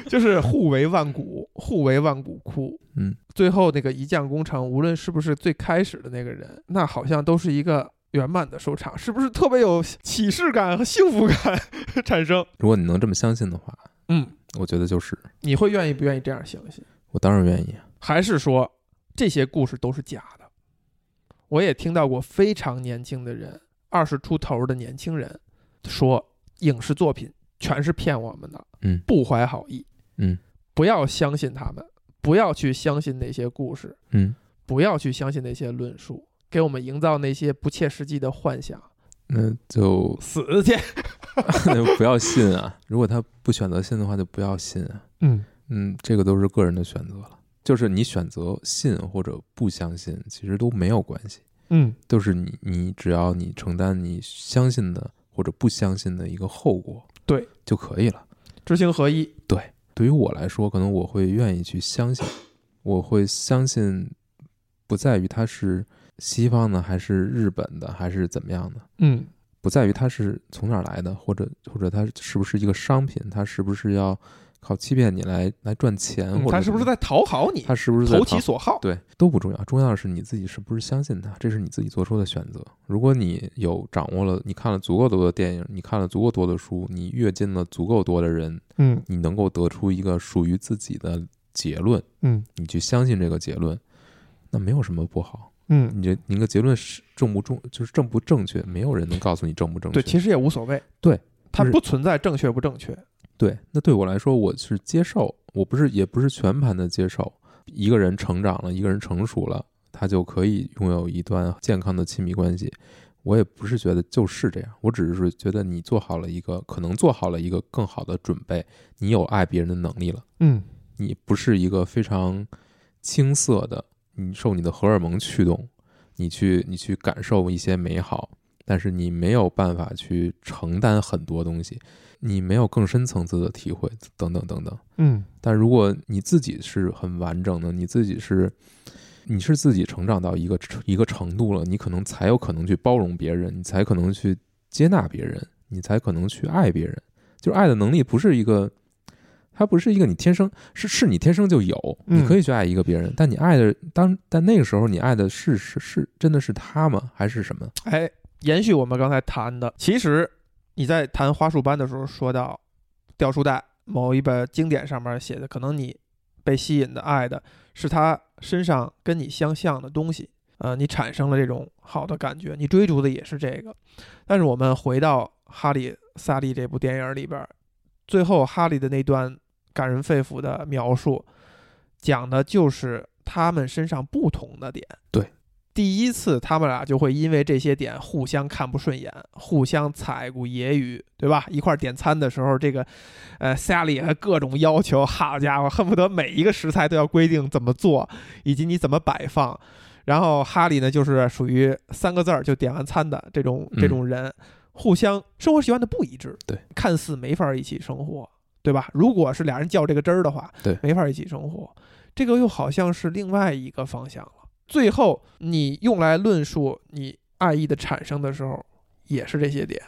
Speaker 1: 就是互为万骨，互为万骨枯。
Speaker 2: 嗯，
Speaker 1: 最后那个一将功成，无论是不是最开始的那个人，那好像都是一个圆满的收场，是不是特别有启示感和幸福感产生？
Speaker 2: 如果你能这么相信的话，
Speaker 1: 嗯，
Speaker 2: 我觉得就是
Speaker 1: 你会愿意不愿意这样相信？
Speaker 2: 我当然愿意啊。
Speaker 1: 还是说这些故事都是假的？我也听到过非常年轻的人，二十出头的年轻人说，影视作品全是骗我们的，
Speaker 2: 嗯
Speaker 1: 不怀好意，
Speaker 2: 嗯，
Speaker 1: 不要相信他们，不要去相信那些故事，
Speaker 2: 嗯，
Speaker 1: 不要去相信那些论述，给我们营造那些不切实际的幻想，
Speaker 2: 那 就
Speaker 1: 死去。
Speaker 2: 不要信啊！如果他不选择信的话，就不要信啊。
Speaker 1: 嗯，
Speaker 2: 嗯，这个都是个人的选择了，就是你选择信或者不相信，其实都没有关系，
Speaker 1: 嗯，
Speaker 2: 都是你你只要你承担你相信的或者不相信的一个后果，
Speaker 1: 对
Speaker 2: 就可以了。
Speaker 1: 知行合一。
Speaker 2: 对于我来说，可能我会愿意去相信，我会相信，不在于它是西方的还是日本的还是怎么样的，
Speaker 1: 嗯
Speaker 2: 不在于它是从哪儿来的，或者或者它是不是一个商品，它是不是要靠欺骗你来来赚钱，
Speaker 1: 嗯
Speaker 2: 或者
Speaker 1: 他是不是
Speaker 2: 怎么
Speaker 1: 在讨好你？
Speaker 2: 它是不是在
Speaker 1: 投其
Speaker 2: 旁
Speaker 1: 所好。
Speaker 2: 对都不重要，重要的是你自己是不是相信它，这是你自己做出的选择。如果你有掌握了，你看了足够多的电影，你看了足够多的书，你阅尽了足够多的人，
Speaker 1: 嗯
Speaker 2: 你能够得出一个属于自己的结论，
Speaker 1: 嗯
Speaker 2: 你去相信这个结论，那没有什么不好。
Speaker 1: 嗯，
Speaker 2: 你这你个结论是正不正，就是正不正确，没有人能告诉你正不正确。
Speaker 1: 对，其实也无所谓。
Speaker 2: 对，
Speaker 1: 它
Speaker 2: 就是
Speaker 1: 不存在正确不正确。
Speaker 2: 对，那对我来说，我是接受，我不是也不是全盘的接受。一个人成长了，一个人成熟了，他就可以拥有一段健康的亲密关系。我也不是觉得就是这样，我只是觉得你做好了一个可能做好了一个更好的准备，你有爱别人的能力了，
Speaker 1: 嗯
Speaker 2: 你不是一个非常青涩的，你受你的荷尔蒙驱动，你去你去感受一些美好，但是你没有办法去承担很多东西，你没有更深层次的体会，等等等等。
Speaker 1: 嗯
Speaker 2: 但如果你自己是很完整的，你自己是你是自己成长到一个一个程度了，你可能才有可能去包容别人，你才可能去接纳别人，你才可能去爱别人。就是爱的能力不是一个，它不是一个你天生是是你天生就有，
Speaker 1: 嗯
Speaker 2: 你可以去爱一个别人，但你爱的当但那个时候你爱的是是是真的是他吗？还是什么？
Speaker 1: 哎，延续我们刚才谈的，其实你在谈花束班的时候说到掉书袋某一本经典上面写的，可能你被吸引的爱的是他身上跟你相像的东西，呃，你产生了这种好的感觉，你追逐的也是这个。但是我们回到哈利萨利这部电影里边儿，最后哈利的那段感人肺腑的描述，讲的就是他们身上不同的点。第一次他们俩就会因为这些点互相看不顺眼，互相踩过揶揄，对吧？一块儿点餐的时候，这个呃，Sally 还各种要求，好家伙，恨不得每一个食材都要规定怎么做，以及你怎么摆放。然后哈利呢，就是属于三个字儿就点完餐的这种
Speaker 2: 嗯
Speaker 1: 这种人，互相生活习惯的不一致，
Speaker 2: 对，
Speaker 1: 看似没法一起生活，对吧？如果是俩人较这个真儿的话，
Speaker 2: 对
Speaker 1: 没法一起生活，这个又好像是另外一个方向了。最后，你用来论述你爱意的产生的时候，也是这些点。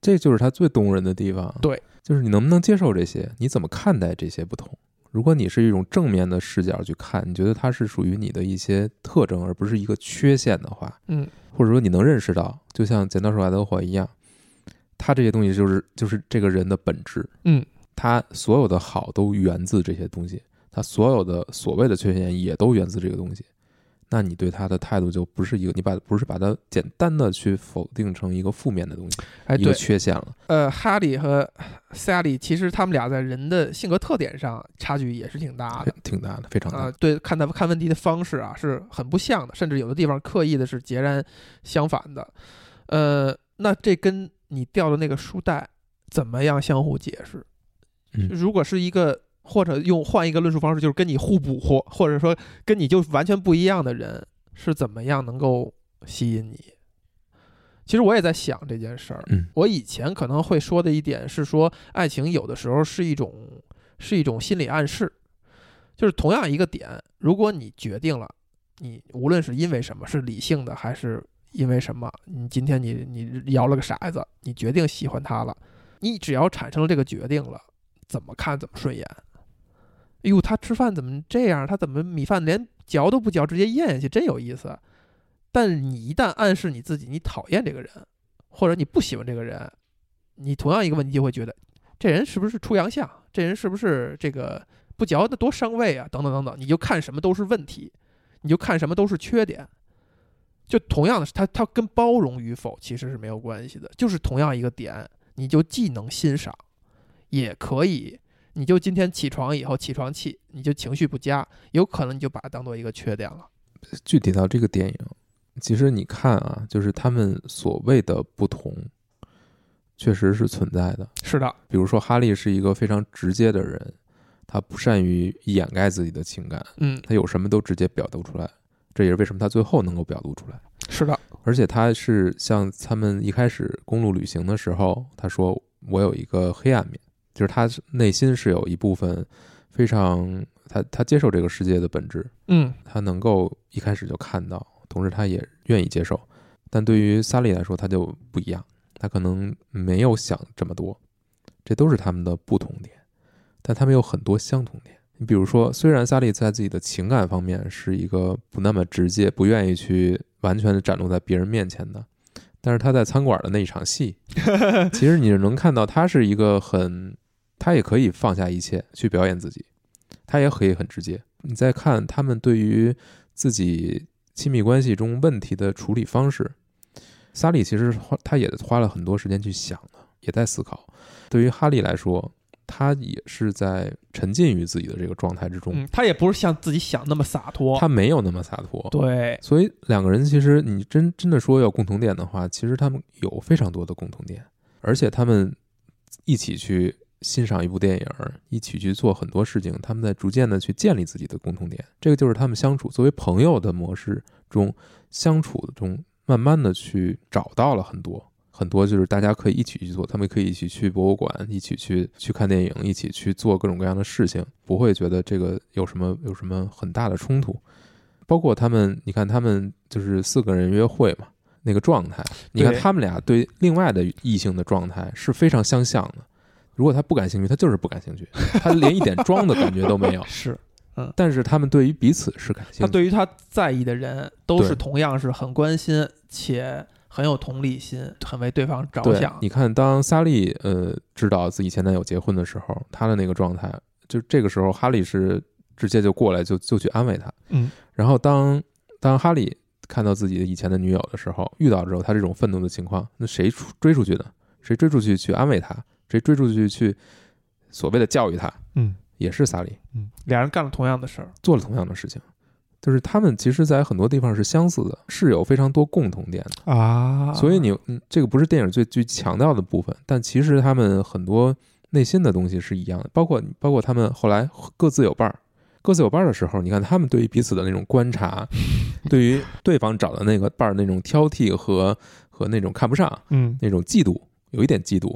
Speaker 2: 这就是它最动人的地方。
Speaker 1: 对，
Speaker 2: 就是你能不能接受这些，你怎么看待这些不同？如果你是一种正面的视角去看，你觉得它是属于你的一些特征，而不是一个缺陷的话，
Speaker 1: 嗯，
Speaker 2: 或者说你能认识到，就像剪刀手爱德华一样，他这些东西就是就是这个人的本质，
Speaker 1: 嗯，
Speaker 2: 他所有的好都源自这些东西，他所有的所谓的缺陷也都源自这个东西。那你对他的态度就不是一个，你把不是把它简单的去否定成一个负面的东西，
Speaker 1: 哎，
Speaker 2: 一个
Speaker 1: 对，
Speaker 2: 缺陷了。
Speaker 1: 呃，哈利和萨利其实他们俩在人的性格特点上差距也是挺大的。
Speaker 2: 挺大的，非常大。
Speaker 1: 啊、对，看他看问题的方式啊是很不像的，甚至有的地方刻意的是截然相反的。呃，那这跟你掉的那个书袋怎么样相互解释？
Speaker 2: 嗯
Speaker 1: 如果是一个或者用换一个论述方式，就是跟你互补或或者说跟你就完全不一样的人，是怎么样能够吸引你？其实我也在想这件事儿。
Speaker 2: 嗯
Speaker 1: 我以前可能会说的一点是说，爱情有的时候是一种是一种心理暗示，就是同样一个点，如果你决定了，你无论是因为什么，是理性的还是因为什么，你今天你你摇了个骰子，你决定喜欢他了，你只要产生了这个决定了，怎么看怎么顺眼。哎呦，他吃饭怎么这样？他怎么米饭连嚼都不嚼，直接咽下去，真有意思。但你一旦暗示你自己，你讨厌这个人，或者你不喜欢这个人，你同样一个问题就会觉得，这人是不是出洋相？这人是不是这个不嚼的多伤胃啊？等等等等，你就看什么都是问题，你就看什么都是缺点。就同样的是，它它跟包容与否其实是没有关系的，就是同样一个点，你就既能欣赏，也可以，你就今天起床以后起床气，你就情绪不佳，有可能你就把它当做一个缺点了。
Speaker 2: 具体到这个电影，其实你看啊，就是他们所谓的不同，确实是存在的。
Speaker 1: 是的，
Speaker 2: 比如说，哈利是一个非常直接的人，他不善于掩盖自己的情感，
Speaker 1: 嗯，
Speaker 2: 他有什么都直接表露出来。这也是为什么他最后能够表露出来。
Speaker 1: 是的，
Speaker 2: 而且他是像他们一开始公路旅行的时候，他说我有一个黑暗面，就是他内心是有一部分非常他他接受这个世界的本质，
Speaker 1: 嗯，
Speaker 2: 他能够一开始就看到，同时他也愿意接受。但对于萨利来说，他就不一样，他可能没有想这么多，这都是他们的不同点，但他们有很多相同点。你比如说，虽然萨利在自己的情感方面是一个不那么直接、不愿意去完全的展露在别人面前的，但是他在餐馆的那一场戏，其实你是能看到他是一个很，他也可以放下一切去表演自己，他也可以很直接。你再看他们对于自己亲密关系中问题的处理方式，萨利其实花他也花了很多时间去想的，也在思考。对于哈利来说，他也是在沉浸于自己的这个状态之中，
Speaker 1: 嗯，他也不是像自己想那么洒脱，
Speaker 2: 他没有那么洒脱。
Speaker 1: 对，。
Speaker 2: 所以两个人其实你真真的说有共同点的话，其实他们有非常多的共同点，而且他们一起去欣赏一部电影，一起去做很多事情，他们在逐渐的去建立自己的共同点。这个就是他们相处作为朋友的模式中相处中，慢慢的去找到了很多。很多就是大家可以一起去做，他们可以一起去博物馆，一起去去看电影，一起去做各种各样的事情，不会觉得这个有什么有什么很大的冲突。包括他们，你看他们就是四个人约会嘛，那个状态，你看他们俩对另外的异性的状态是非常相像的。如果他不感兴趣，他就是不感兴趣，他连一点装的感觉都没有
Speaker 1: 是
Speaker 2: 但是他们对于彼此是感兴
Speaker 1: 他
Speaker 2: 趣，
Speaker 1: 对于他在意的人都
Speaker 2: 对
Speaker 1: 是同样是很关心且很有同理心，很为对方着
Speaker 2: 对
Speaker 1: 想，。
Speaker 2: 你看，当萨利呃知道自己前男友结婚的时候，他的那个状态，就这个时候，哈利是直接就过来就就去安慰他。
Speaker 1: 嗯，
Speaker 2: 然后当当哈利看到自己以前的女友的时候，遇到之后，他这种愤怒的情况，那谁出追出去呢？谁追出去去安慰他？谁追出去去所谓的教育他？
Speaker 1: 嗯，
Speaker 2: 也是萨利
Speaker 1: 嗯，俩人干了同样的事儿，
Speaker 2: 做了同样的事情。就是他们其实，在很多地方是相似的，是有非常多共同点的。
Speaker 1: 啊
Speaker 2: 所以你嗯，这个不是电影最最强调的部分，但其实他们很多内心的东西是一样的，包括包括他们后来各自有伴儿，各自有伴儿的时候，你看他们对于彼此的那种观察，对于对方找的那个伴儿那种挑剔和和那种看不上、
Speaker 1: 嗯
Speaker 2: 那种嫉妒，有一点嫉妒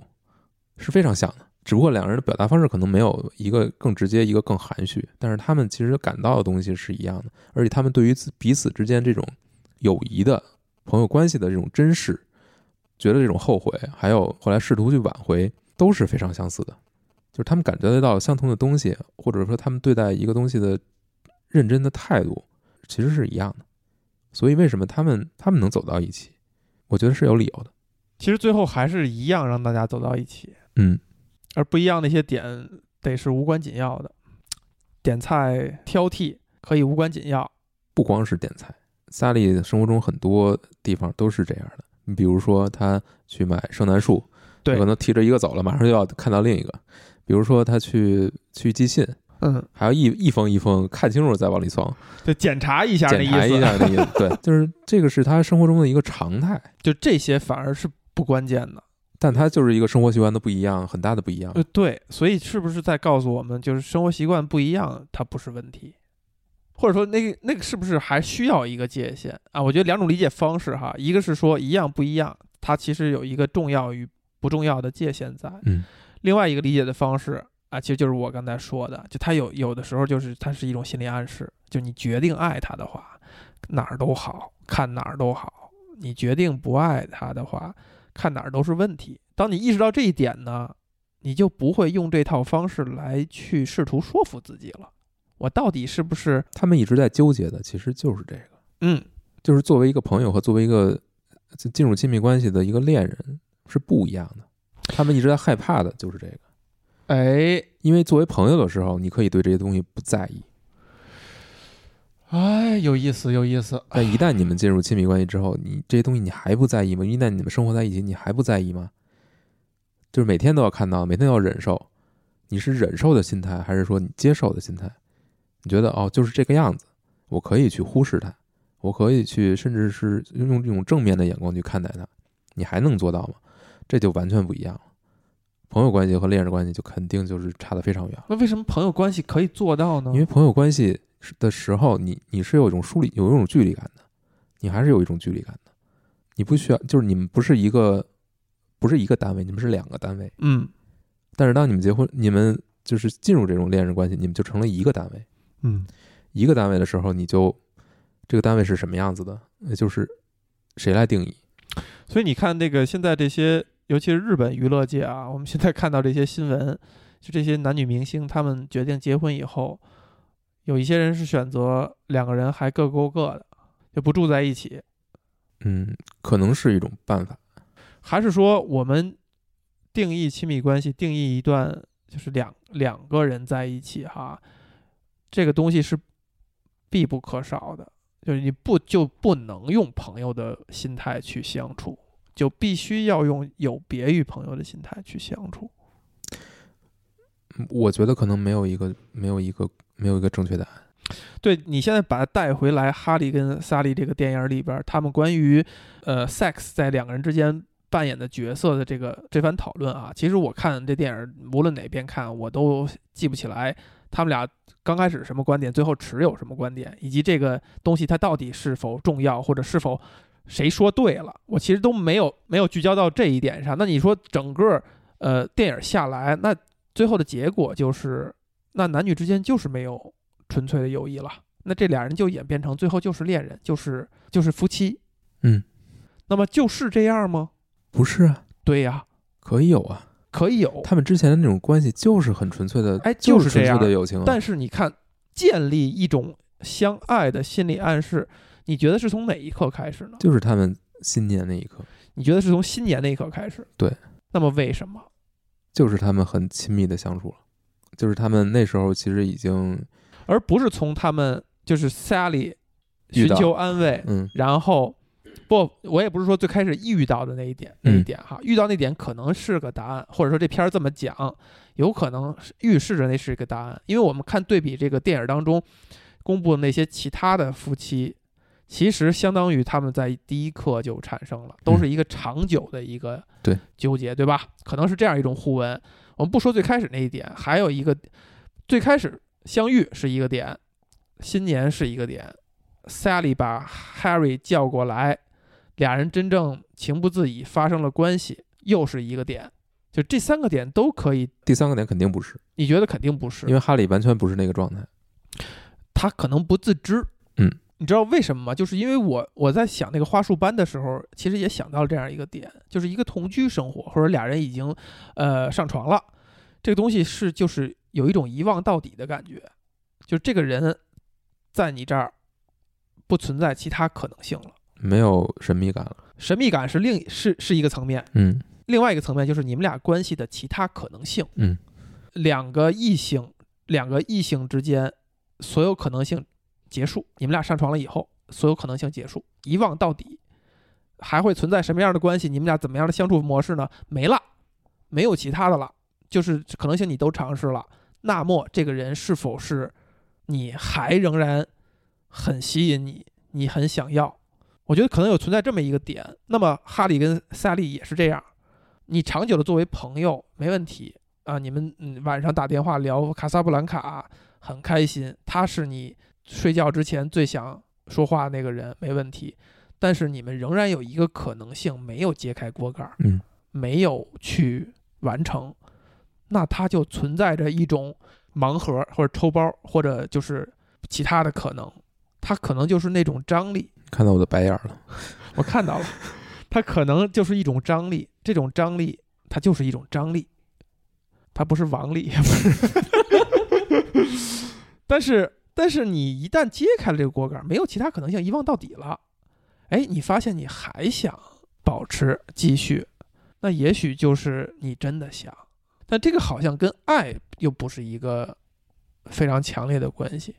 Speaker 2: 是非常像的。只不过两个人的表达方式可能没有一个更直接，一个更含蓄，但是他们其实感到的东西是一样的，而且他们对于自彼此之间这种友谊的朋友关系的这种珍视，觉得这种后悔，还有后来试图去挽回，都是非常相似的。就是他们感觉得到相同的东西，或者说他们对待一个东西的认真的态度，其实是一样的。所以为什么他们他们能走到一起，我觉得是有理由的。
Speaker 1: 其实最后还是一样让大家走到一起，
Speaker 2: 嗯，
Speaker 1: 而不一样那些点得是无关紧要的，点菜挑剔可以无关紧要，
Speaker 2: 不光是点菜，萨利生活中很多地方都是这样的。你比如说，他去买圣诞树，
Speaker 1: 对
Speaker 2: 可能提着一个走了，马上就要看到另一个。比如说，他去去寄信，
Speaker 1: 嗯，
Speaker 2: 还要一一封一封看清楚再往里送，
Speaker 1: 就检查一下那
Speaker 2: 检查一
Speaker 1: 意思，
Speaker 2: 下那意思。 对，就是这个是他生活中的一个常态，
Speaker 1: 就这些反而是不关键的。
Speaker 2: 但他就是一个生活习惯的不一样，很大的不一样。
Speaker 1: 呃，对，所以是不是在告诉我们，就是生活习惯不一样，它不是问题，或者说那个那个是不是还需要一个界限啊？我觉得两种理解方式哈，一个是说一样不一样，它其实有一个重要与不重要的界限在；
Speaker 2: 嗯
Speaker 1: 另外一个理解的方式啊，其实就是我刚才说的，就它有有的时候就是它是一种心理暗示，就你决定爱他的话，哪儿都好看哪儿都好；你决定不爱他的话，看哪儿都是问题。当你意识到这一点呢，你就不会用这套方式来去试图说服自己了。我到底是不是
Speaker 2: 他们一直在纠结的，其实就是这个，
Speaker 1: 嗯
Speaker 2: 就是作为一个朋友和作为一个进进入亲密关系的一个恋人是不一样的。他们一直在害怕的就是这个，
Speaker 1: 哎
Speaker 2: 因为作为朋友的时候，你可以对这些东西不在意，
Speaker 1: 哎有意思有意思，
Speaker 2: 但一旦你们进入亲密关系之后，你这些东西你还不在意吗？一旦你们生活在一起，你还不在意吗？就是每天都要看到，每天都要忍受，你是忍受的心态，还是说你接受的心态？你觉得哦，就是这个样子，我可以去忽视它，我可以去，甚至是用这种正面的眼光去看待它，你还能做到吗？这就完全不一样了。朋友关系和恋人关系就肯定就是差得非常远了。
Speaker 1: 那为什么朋友关系可以做到呢？
Speaker 2: 因为朋友关系是的时候，你你是有一种疏离，有一种距离感的，你还是有一种距离感的。你不需要，就是你们不是一个，不是一个单位，你们是两个单位。
Speaker 1: 嗯
Speaker 2: 但是当你们结婚，你们就是进入这种恋人关系，你们就成了一个单位。
Speaker 1: 嗯
Speaker 2: 一个单位的时候，你就这个单位是什么样子的，也就是谁来定义？
Speaker 1: 所以你看，那个现在这些，尤其是日本娱乐界啊，我们现在看到这些新闻， 就这些男女明星他们决定结婚以后，有一些人是选择两个人还各过各的，就不住在一起，
Speaker 2: 嗯，可能是一种办法。
Speaker 1: 还是说我们定义亲密关系，定义一段就是两两个人在一起哈，这个东西是必不可少的，就是你不就不能用朋友的心态去相处，就必须要用有别于朋友的心态去相处。
Speaker 2: 嗯我觉得可能没有一个，没有一个，没有一个正确答案。
Speaker 1: 对你现在把它带回来，哈利跟萨利这个电影里边，他们关于呃 sex 在两个人之间扮演的角色的这个这番讨论啊，其实我看这电影无论哪边看，我都记不起来他们俩刚开始什么观点，最后持有什么观点，以及这个东西它到底是否重要，或者是否谁说对了，我其实都没有没有聚焦到这一点上。那你说整个呃电影下来，那最后的结果就是，那男女之间就是没有。纯粹的友谊了。那这俩人就演变成最后就是恋人，就是就是夫妻。
Speaker 2: 嗯，
Speaker 1: 那么就是这样吗？
Speaker 2: 不是啊，
Speaker 1: 对呀、
Speaker 2: 可以有啊。
Speaker 1: 可以有。
Speaker 2: 他们之前的那种关系就是很纯粹的，
Speaker 1: 哎就
Speaker 2: 就
Speaker 1: 是这
Speaker 2: 纯
Speaker 1: 样
Speaker 2: 粹的友情、啊。
Speaker 1: 但是你看，建立一种相爱的心理暗示，你觉得是从哪一刻开始呢？
Speaker 2: 就是他们新年那一刻，
Speaker 1: 你觉得是从新年那一刻开始？
Speaker 2: 对。
Speaker 1: 那么为什么？
Speaker 2: 就是他们很亲密的相处了，就是他们那时候其实已经，
Speaker 1: 而不是从他们就是 Sally
Speaker 2: 遇
Speaker 1: 寻
Speaker 2: 到
Speaker 1: 求安慰，
Speaker 2: 嗯，
Speaker 1: 然后不，我也不是说最开始遇到的那一点那一
Speaker 2: 嗯
Speaker 1: 点哈，遇到那点可能是个答案，或者说这片儿这么讲，有可能是预示着那是一个答案，因为我们看对比这个电影当中公布的那些其他的夫妻，其实相当于他们在第一刻就产生了，都是一个长久的一个
Speaker 2: 对
Speaker 1: 纠结，对吧？可能是这样一种互文。我们不说最开始那一点，还有一个最开始相遇是一个点，新年是一个点，Sally 把 Harry 叫过来，俩人真正情不自已发生了关系，又是一个点。就这三个点都可以，
Speaker 2: 第三个点肯定不是，
Speaker 1: 你觉得肯定不是，
Speaker 2: 因为哈利完全不是那个状态，
Speaker 1: 他可能不自知。
Speaker 2: 嗯，
Speaker 1: 你知道为什么吗？就是因为我我在想那个花束班的时候，其实也想到了这样一个点，就是一个同居生活，或者俩人已经呃上床了，这个东西是就是有一种一望到底的感觉，就是这个人在你这儿不存在其他可能性了，
Speaker 2: 没有神秘感了，
Speaker 1: 神秘感是另是是一个层面，
Speaker 2: 嗯
Speaker 1: 另外一个层面就是你们俩关系的其他可能性。
Speaker 2: 嗯，
Speaker 1: 两个异性，两个异性之间所有可能性结束，你们俩上床了以后，所有可能性结束，一望到底，还会存在什么样的关系？你们俩怎么样的相处模式呢？没了，没有其他的了，就是可能性你都尝试了。那么这个人是否是你还仍然很吸引你，你很想要？我觉得可能有存在这么一个点。那么哈利跟萨利也是这样，你长久的作为朋友没问题啊，你们嗯晚上打电话聊卡萨布兰卡很开心，他是你睡觉之前最想说话那个人，没问题。但是你们仍然有一个可能性没有揭开锅盖儿，
Speaker 2: 嗯，
Speaker 1: 没有去完成，那它就存在着一种盲盒或者抽包或者就是其他的可能，它可能就是那种张力，
Speaker 2: 看到我的白眼儿了。
Speaker 1: 我看到了，它可能就是一种张力，这种张力它就是一种张力，它不是王力，也 不是。但是但是你一旦揭开了这个锅盖，没有其他可能性，一望到底了，哎，你发现你还想保持继续，那也许就是你真的想，但这个好像跟爱又不是一个非常强烈的关系。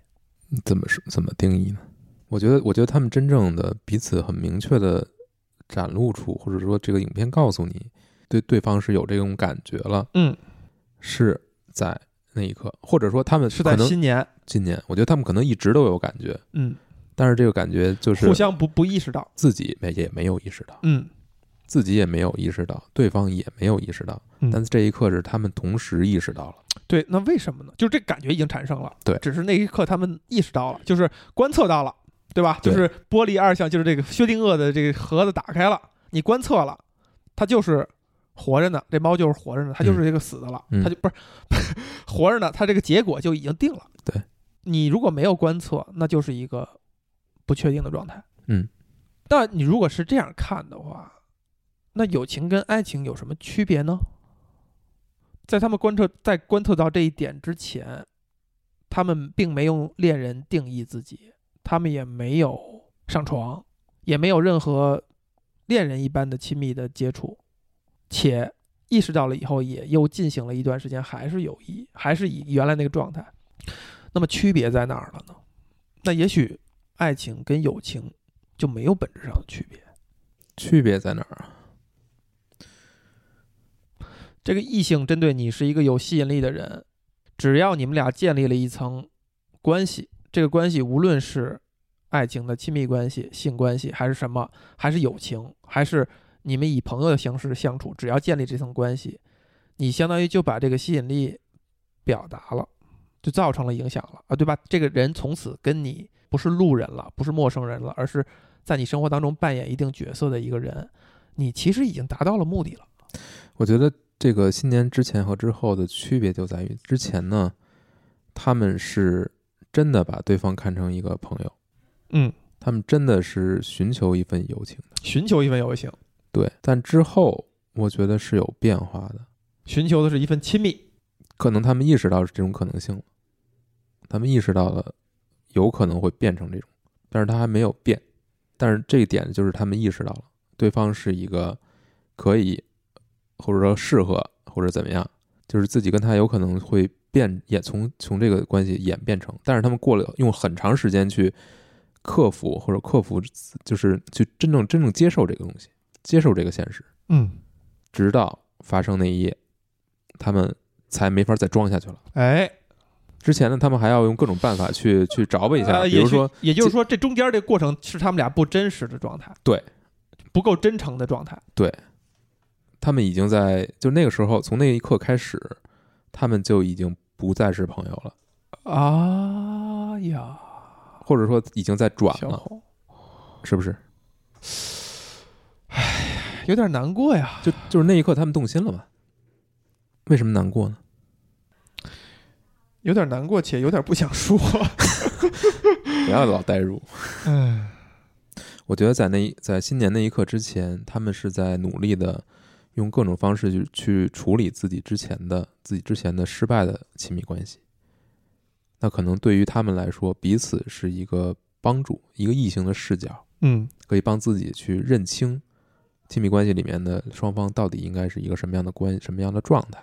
Speaker 2: 怎么是怎么定义呢？我觉得，我觉得他们真正的彼此很明确的展露出，或者说这个影片告诉你，对对方是有这种感觉了，
Speaker 1: 嗯，
Speaker 2: 是在那一刻，或者说他们
Speaker 1: 是
Speaker 2: 可
Speaker 1: 在
Speaker 2: 能
Speaker 1: 新年，
Speaker 2: 今年，我觉得他们可能一直都有感觉，
Speaker 1: 嗯，
Speaker 2: 但是这个感觉就是
Speaker 1: 互相不不意识到，
Speaker 2: 自己没也没有意识到，
Speaker 1: 嗯
Speaker 2: 自己也没有意识到，对方也没有意识到，
Speaker 1: 嗯
Speaker 2: 但这一刻是他们同时意识到了。
Speaker 1: 对，那为什么呢？就是这感觉已经产生了，
Speaker 2: 对
Speaker 1: 只是那一刻他们意识到了，就是观测到了，对吧？
Speaker 2: 对
Speaker 1: 就是玻璃二项，就是这个薛定谔的这个盒子打开了，你观测了，它就是活着呢，这猫就是活着呢，它就是这个死的了，
Speaker 2: 嗯
Speaker 1: 它就不是 活着呢，它这个结果就已经定了。
Speaker 2: 对，
Speaker 1: 你如果没有观测，那就是一个不确定的状态。
Speaker 2: 嗯，
Speaker 1: 但你如果是这样看的话，那友情跟爱情有什么区别呢？在他们观测在观测到这一点之前，他们并没用恋人定义自己，他们也没有上床，也没有任何恋人一般的亲密的接触，且意识到了以后，也又进行了一段时间，还是友谊，还是以原来那个状态。那么区别在哪儿了呢？那也许爱情跟友情就没有本质上的区别。
Speaker 2: 区别在哪儿啊？
Speaker 1: 这个异性针对你是一个有吸引力的人，只要你们俩建立了一层关系，这个关系无论是爱情的亲密关系、性关系，还是什么，还是友情，还是你们以朋友的形式相处，只要建立这层关系，你相当于就把这个吸引力表达了，就造成了影响了啊，对吧？这个人从此跟你不是路人了，不是陌生人了，而是在你生活当中扮演一定角色的一个人，你其实已经达到了目的了。
Speaker 2: 我觉得这个新年之前和之后的区别就在于，之前呢，他们是真的把对方看成一个朋友，
Speaker 1: 嗯，
Speaker 2: 他们真的是寻求一份友情的，
Speaker 1: 寻求一份友情。
Speaker 2: 对。但之后我觉得是有变化的，
Speaker 1: 寻求的是一份亲密。
Speaker 2: 可能他们意识到是这种可能性了，他们意识到了有可能会变成这种，但是他还没有变。但是这一点就是他们意识到了对方是一个可以，或者说适合，或者怎么样，就是自己跟他有可能会变，也从从这个关系演变成。但是他们过了用很长时间去克服，或者克服，就是去真正真正接受这个东西，接受这个现实。
Speaker 1: 嗯，
Speaker 2: 直到发生那一夜，他们才没法再装下去了。
Speaker 1: 哎，
Speaker 2: 之前呢，他们还要用各种办法去去找吧一下，
Speaker 1: 呃
Speaker 2: 比如说，，
Speaker 1: 也许也就是说，这中间这过程是他们俩不真实的状态，
Speaker 2: 对，
Speaker 1: 不够真诚的状态。
Speaker 2: 他们已经在就那个时候，从那一刻开始，他们就已经不再是朋友了，
Speaker 1: 啊呀，
Speaker 2: 或者说已经在转
Speaker 1: 小
Speaker 2: 了，
Speaker 1: 红，
Speaker 2: 是不是？
Speaker 1: 有点难过哎呀。
Speaker 2: 就就是那一刻，他们动心了嘛？为什么难过呢？
Speaker 1: 有点难过，且有点不想说。
Speaker 2: 不要老代入。
Speaker 1: 嗯
Speaker 2: 我觉得在那一在新年那一刻之前，他们是在努力的用各种方式去去处理自己之前的自己之前的失败的亲密关系。那可能对于他们来说，彼此是一个帮助，一个异性的视角，
Speaker 1: 嗯
Speaker 2: 可以帮自己去认清亲密关系里面的双方到底应该是一个什么样的关什么样的状态。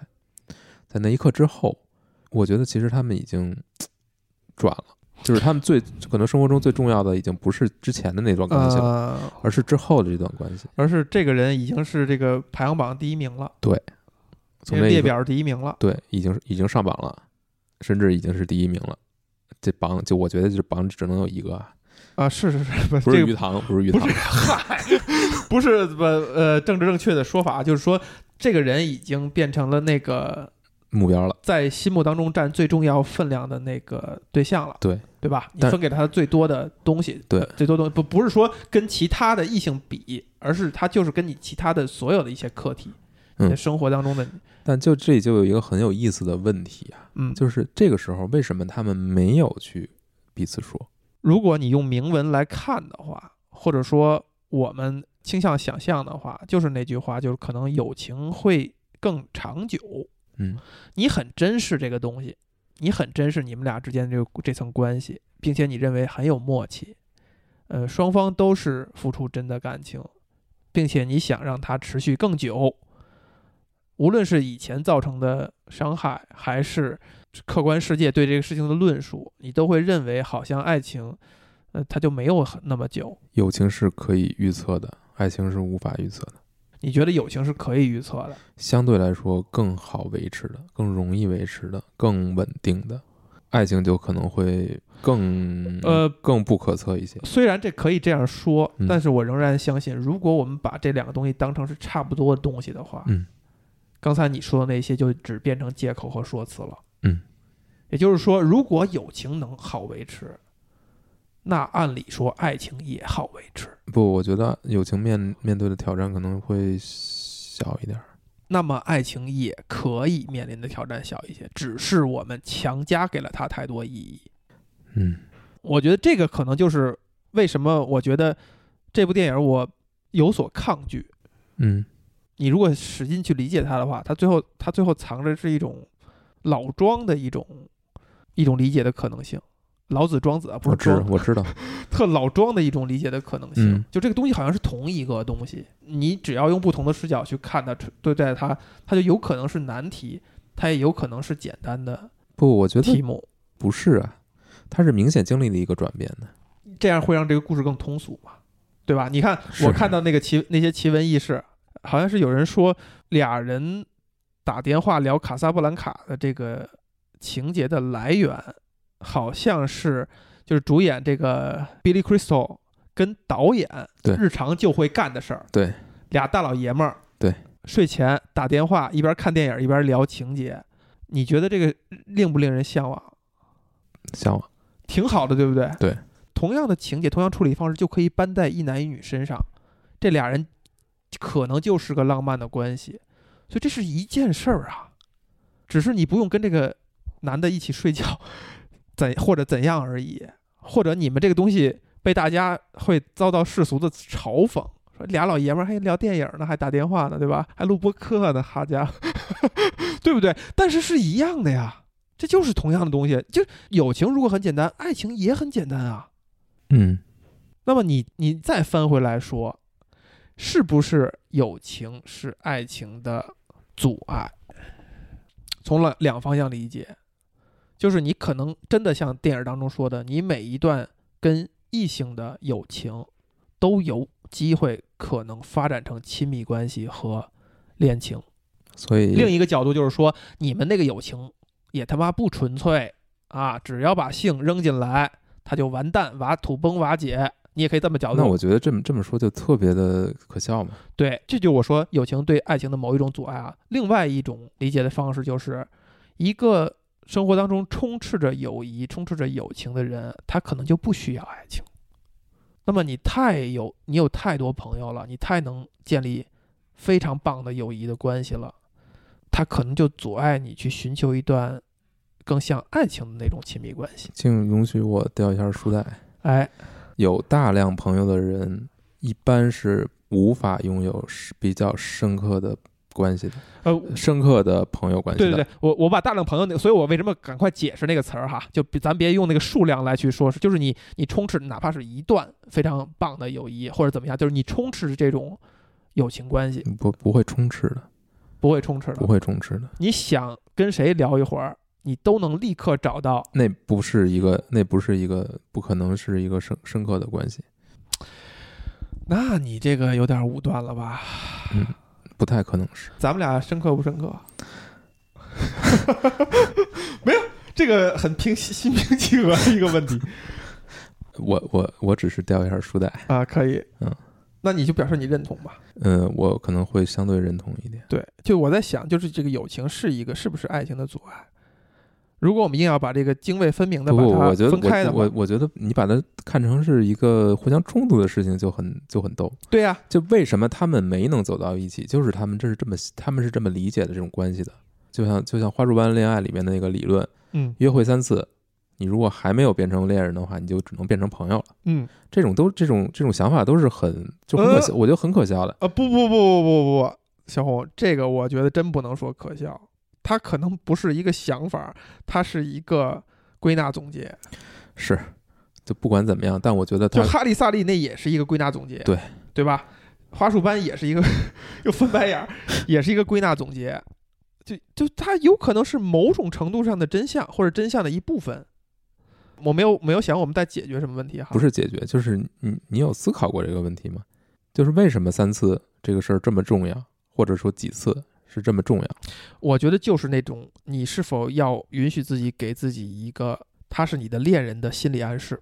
Speaker 2: 在那一刻之后，我觉得其实他们已经转了，就是他们最可能生活中最重要的，已经不是之前的那段关系了，
Speaker 1: 呃，
Speaker 2: 而是之后的这段关系。
Speaker 1: 而是这个人已经是这个排行榜第一名了，这
Speaker 2: 从
Speaker 1: 个
Speaker 2: 那
Speaker 1: 列
Speaker 2: 一刻
Speaker 1: 表第一名了。
Speaker 2: 对，已经是已经上榜了，甚至已经是第一名了。这榜就我觉得这榜只能有一个啊，
Speaker 1: 啊，是是是，不
Speaker 2: 不
Speaker 1: 这
Speaker 2: 是
Speaker 1: 个
Speaker 2: 鱼塘，不是鱼
Speaker 1: 不
Speaker 2: 塘
Speaker 1: 是，嗨，不是不呃政治正确的说法，就是说这个人已经变成了那个
Speaker 2: 目标了。
Speaker 1: 在心目当中占最重要分量的那个对象了，
Speaker 2: 对
Speaker 1: 对吧？你
Speaker 2: 但
Speaker 1: 分给他最多的东西，
Speaker 2: 对
Speaker 1: 呃最多东西不不是说跟其他的异性比，而是他就是跟你其他的所有的一些课题，
Speaker 2: 嗯
Speaker 1: 你的生活当中的
Speaker 2: 但就这里就有一个很有意思的问题啊，
Speaker 1: 嗯，
Speaker 2: 就是这个时候为什么他们没有去彼此说？
Speaker 1: 如果你用铭文来看的话，或者说我们倾向想象的话，就是那句话，就是可能友情会更长久。
Speaker 2: 嗯，
Speaker 1: 你很珍视这个东西，你很珍视你们俩之间这个这层关系，并且你认为很有默契，呃，双方都是付出真的感情，并且你想让它持续更久。无论是以前造成的伤害，还是客观世界对这个事情的论述，你都会认为好像爱情，呃，它就没有很那么久。
Speaker 2: 友情是可以预测的，爱情是无法预测的，
Speaker 1: 你觉得友情是可以预测的，
Speaker 2: 相对来说更好维持的，更容易维持的，更稳定的，爱情就可能会更
Speaker 1: 呃
Speaker 2: 更不可测一些。
Speaker 1: 虽然这可以这样说，
Speaker 2: 嗯
Speaker 1: 但是我仍然相信，如果我们把这两个东西当成是差不多的东西的话，
Speaker 2: 嗯，
Speaker 1: 刚才你说的那些就只变成借口和说辞了。
Speaker 2: 嗯，
Speaker 1: 也就是说，如果友情能好维持，那按理说爱情也好维持。
Speaker 2: 不，我觉得友情面面对的挑战可能会小一点儿。
Speaker 1: 那么爱情也可以面临的挑战小一些，只是我们强加给了它太多意义。
Speaker 2: 嗯，
Speaker 1: 我觉得这个可能就是为什么我觉得这部电影我有所抗拒，
Speaker 2: 嗯，
Speaker 1: 你如果使劲去理解它的话，它最后它最后藏着是一种老庄的一种一种理解的可能性，老子庄子啊，不
Speaker 2: 我
Speaker 1: 是
Speaker 2: 知道
Speaker 1: 庄，
Speaker 2: 我知道，
Speaker 1: 特老庄的一种理解的可能性。
Speaker 2: 嗯
Speaker 1: 就这个东西好像是同一个东西，你只要用不同的视角去看它，对待它，它就有可能是难题，它也有可能是简单的
Speaker 2: 不，我觉
Speaker 1: 题
Speaker 2: 得
Speaker 1: 目，
Speaker 2: 不是啊，他是明显经历了一个转变的。
Speaker 1: 这样会让这个故事更通俗嘛，对吧？你看
Speaker 2: 是
Speaker 1: 我看到那个奇那些奇闻异事，好像是有人说俩人打电话聊卡萨布兰卡的这个情节的来源，好像是就是主演这个 Billy Crystal 跟导演
Speaker 2: 对
Speaker 1: 日常就会干的事儿，
Speaker 2: 对，
Speaker 1: 俩大老爷们儿
Speaker 2: 对
Speaker 1: 睡前打电话，一边看电影一边聊情节，你觉得这个令不令人向往？
Speaker 2: 向往。
Speaker 1: 挺好的，对不对？
Speaker 2: 对，
Speaker 1: 同样的情节，同样处理方式，就可以搬在一男一女身上。这俩人可能就是个浪漫的关系，所以这是一件事儿啊。只是你不用跟这个男的一起睡觉， 怎或者怎样而已，或者你们这个东西被大家会遭到世俗的嘲讽，说俩老爷们儿还聊电影呢，还打电话呢，对吧？还录播客呢，哈家伙， 对不对？但是是一样的呀，这就是同样的东西，就友情如果很简单，爱情也很简单啊。
Speaker 2: 嗯，
Speaker 1: 那么你你再翻回来说，是不是友情是爱情的阻碍？从两两方向理解，就是你可能真的像电影当中说的，你每一段跟异性的友情都有机会可能发展成亲密关系和恋情。
Speaker 2: 所以
Speaker 1: 另一个角度就是说，你们那个友情也他妈不纯粹啊！只要把性扔进来，它就完蛋、瓦土崩瓦解。你也可以这么角度。
Speaker 2: 那我觉得这么这么说就特别的可笑嘛。
Speaker 1: 对，这就是我说友情对爱情的某一种阻碍啊。另外一种理解的方式就是，一个生活当中充斥着友谊、充斥着友情的人，他可能就不需要爱情。那么你太有，你有太多朋友了，你太能建立非常棒的友谊的关系了，他可能就阻碍你去寻求一段更像爱情的那种亲密关系。
Speaker 2: 请允许我掉一下书袋。
Speaker 1: 哎，
Speaker 2: 有大量朋友的人，一般是无法拥有是比较深刻的关系的，
Speaker 1: 呃，
Speaker 2: 深刻的朋友关系
Speaker 1: 对
Speaker 2: 的。
Speaker 1: 对对，我我把大量朋友那个，所以我为什么赶快解释那个词儿哈？就比咱别用那个数量来去说，是就是你你充斥哪怕是一段非常棒的友谊或者怎么样，就是你充斥这种友情关系，
Speaker 2: 不不会充斥的，
Speaker 1: 不会充斥的
Speaker 2: 不。会充斥的。
Speaker 1: 你想跟谁聊一会儿，你都能立刻找到。
Speaker 2: 那不是一个，那不是一个，不可能是一个深深刻的关系，
Speaker 1: 那你这个有点武断了吧？
Speaker 2: 不太可能是。
Speaker 1: 咱们俩深刻不深刻？ 没有，这个很平心平气和的一个 问题
Speaker 2: 我我我只是掉一下书袋，
Speaker 1: 啊，可以，
Speaker 2: 嗯，
Speaker 1: 那你就表示你认同吧。
Speaker 2: 嗯，我可能会相对认同一点。
Speaker 1: 对，就我在想，就是这个友情是一个是不是爱情的阻碍？如果我们硬要把这个泾渭分明的
Speaker 2: 不
Speaker 1: 把
Speaker 2: 不，我
Speaker 1: 它
Speaker 2: 觉得
Speaker 1: 分开的
Speaker 2: 我
Speaker 1: 话
Speaker 2: 我，我觉得你把它看成是一个互相冲突的事情，就很就很逗。
Speaker 1: 对呀、
Speaker 2: 就为什么他们没能走到一起，就是他们这是这么他们是这么理解的这种关系的。就像就像《花束般恋爱》里面的那个理论，
Speaker 1: 嗯
Speaker 2: 约会三次，你如果还没有变成恋人的话，你就只能变成朋友了。
Speaker 1: 嗯，
Speaker 2: 这种都这种这种想法都是很就很可笑，我觉得很可笑的。
Speaker 1: 啊，不不不不不不，小红，这个我觉得真不能说可笑，它可能不是一个想法，它是一个归纳总结。
Speaker 2: 是，就不管怎么样，但我觉得
Speaker 1: 就
Speaker 2: 他
Speaker 1: 哈利萨利那也是一个归纳总结，
Speaker 2: 对
Speaker 1: 对吧？花束班也是一个， 又翻白眼儿，也是一个归纳总结。就就它有可能是某种程度上的真相，或者真相的一部分。我没有没有想我们在解决什么问题哈，
Speaker 2: 不
Speaker 1: 是
Speaker 2: 是解决，就是你你有思考过这个问题吗？就是为什么三次这个事儿这么重要，或者说几次是这么重要？
Speaker 1: 我觉得就是那种你是否要允许自己给自己一个他是你的恋人的心理暗示，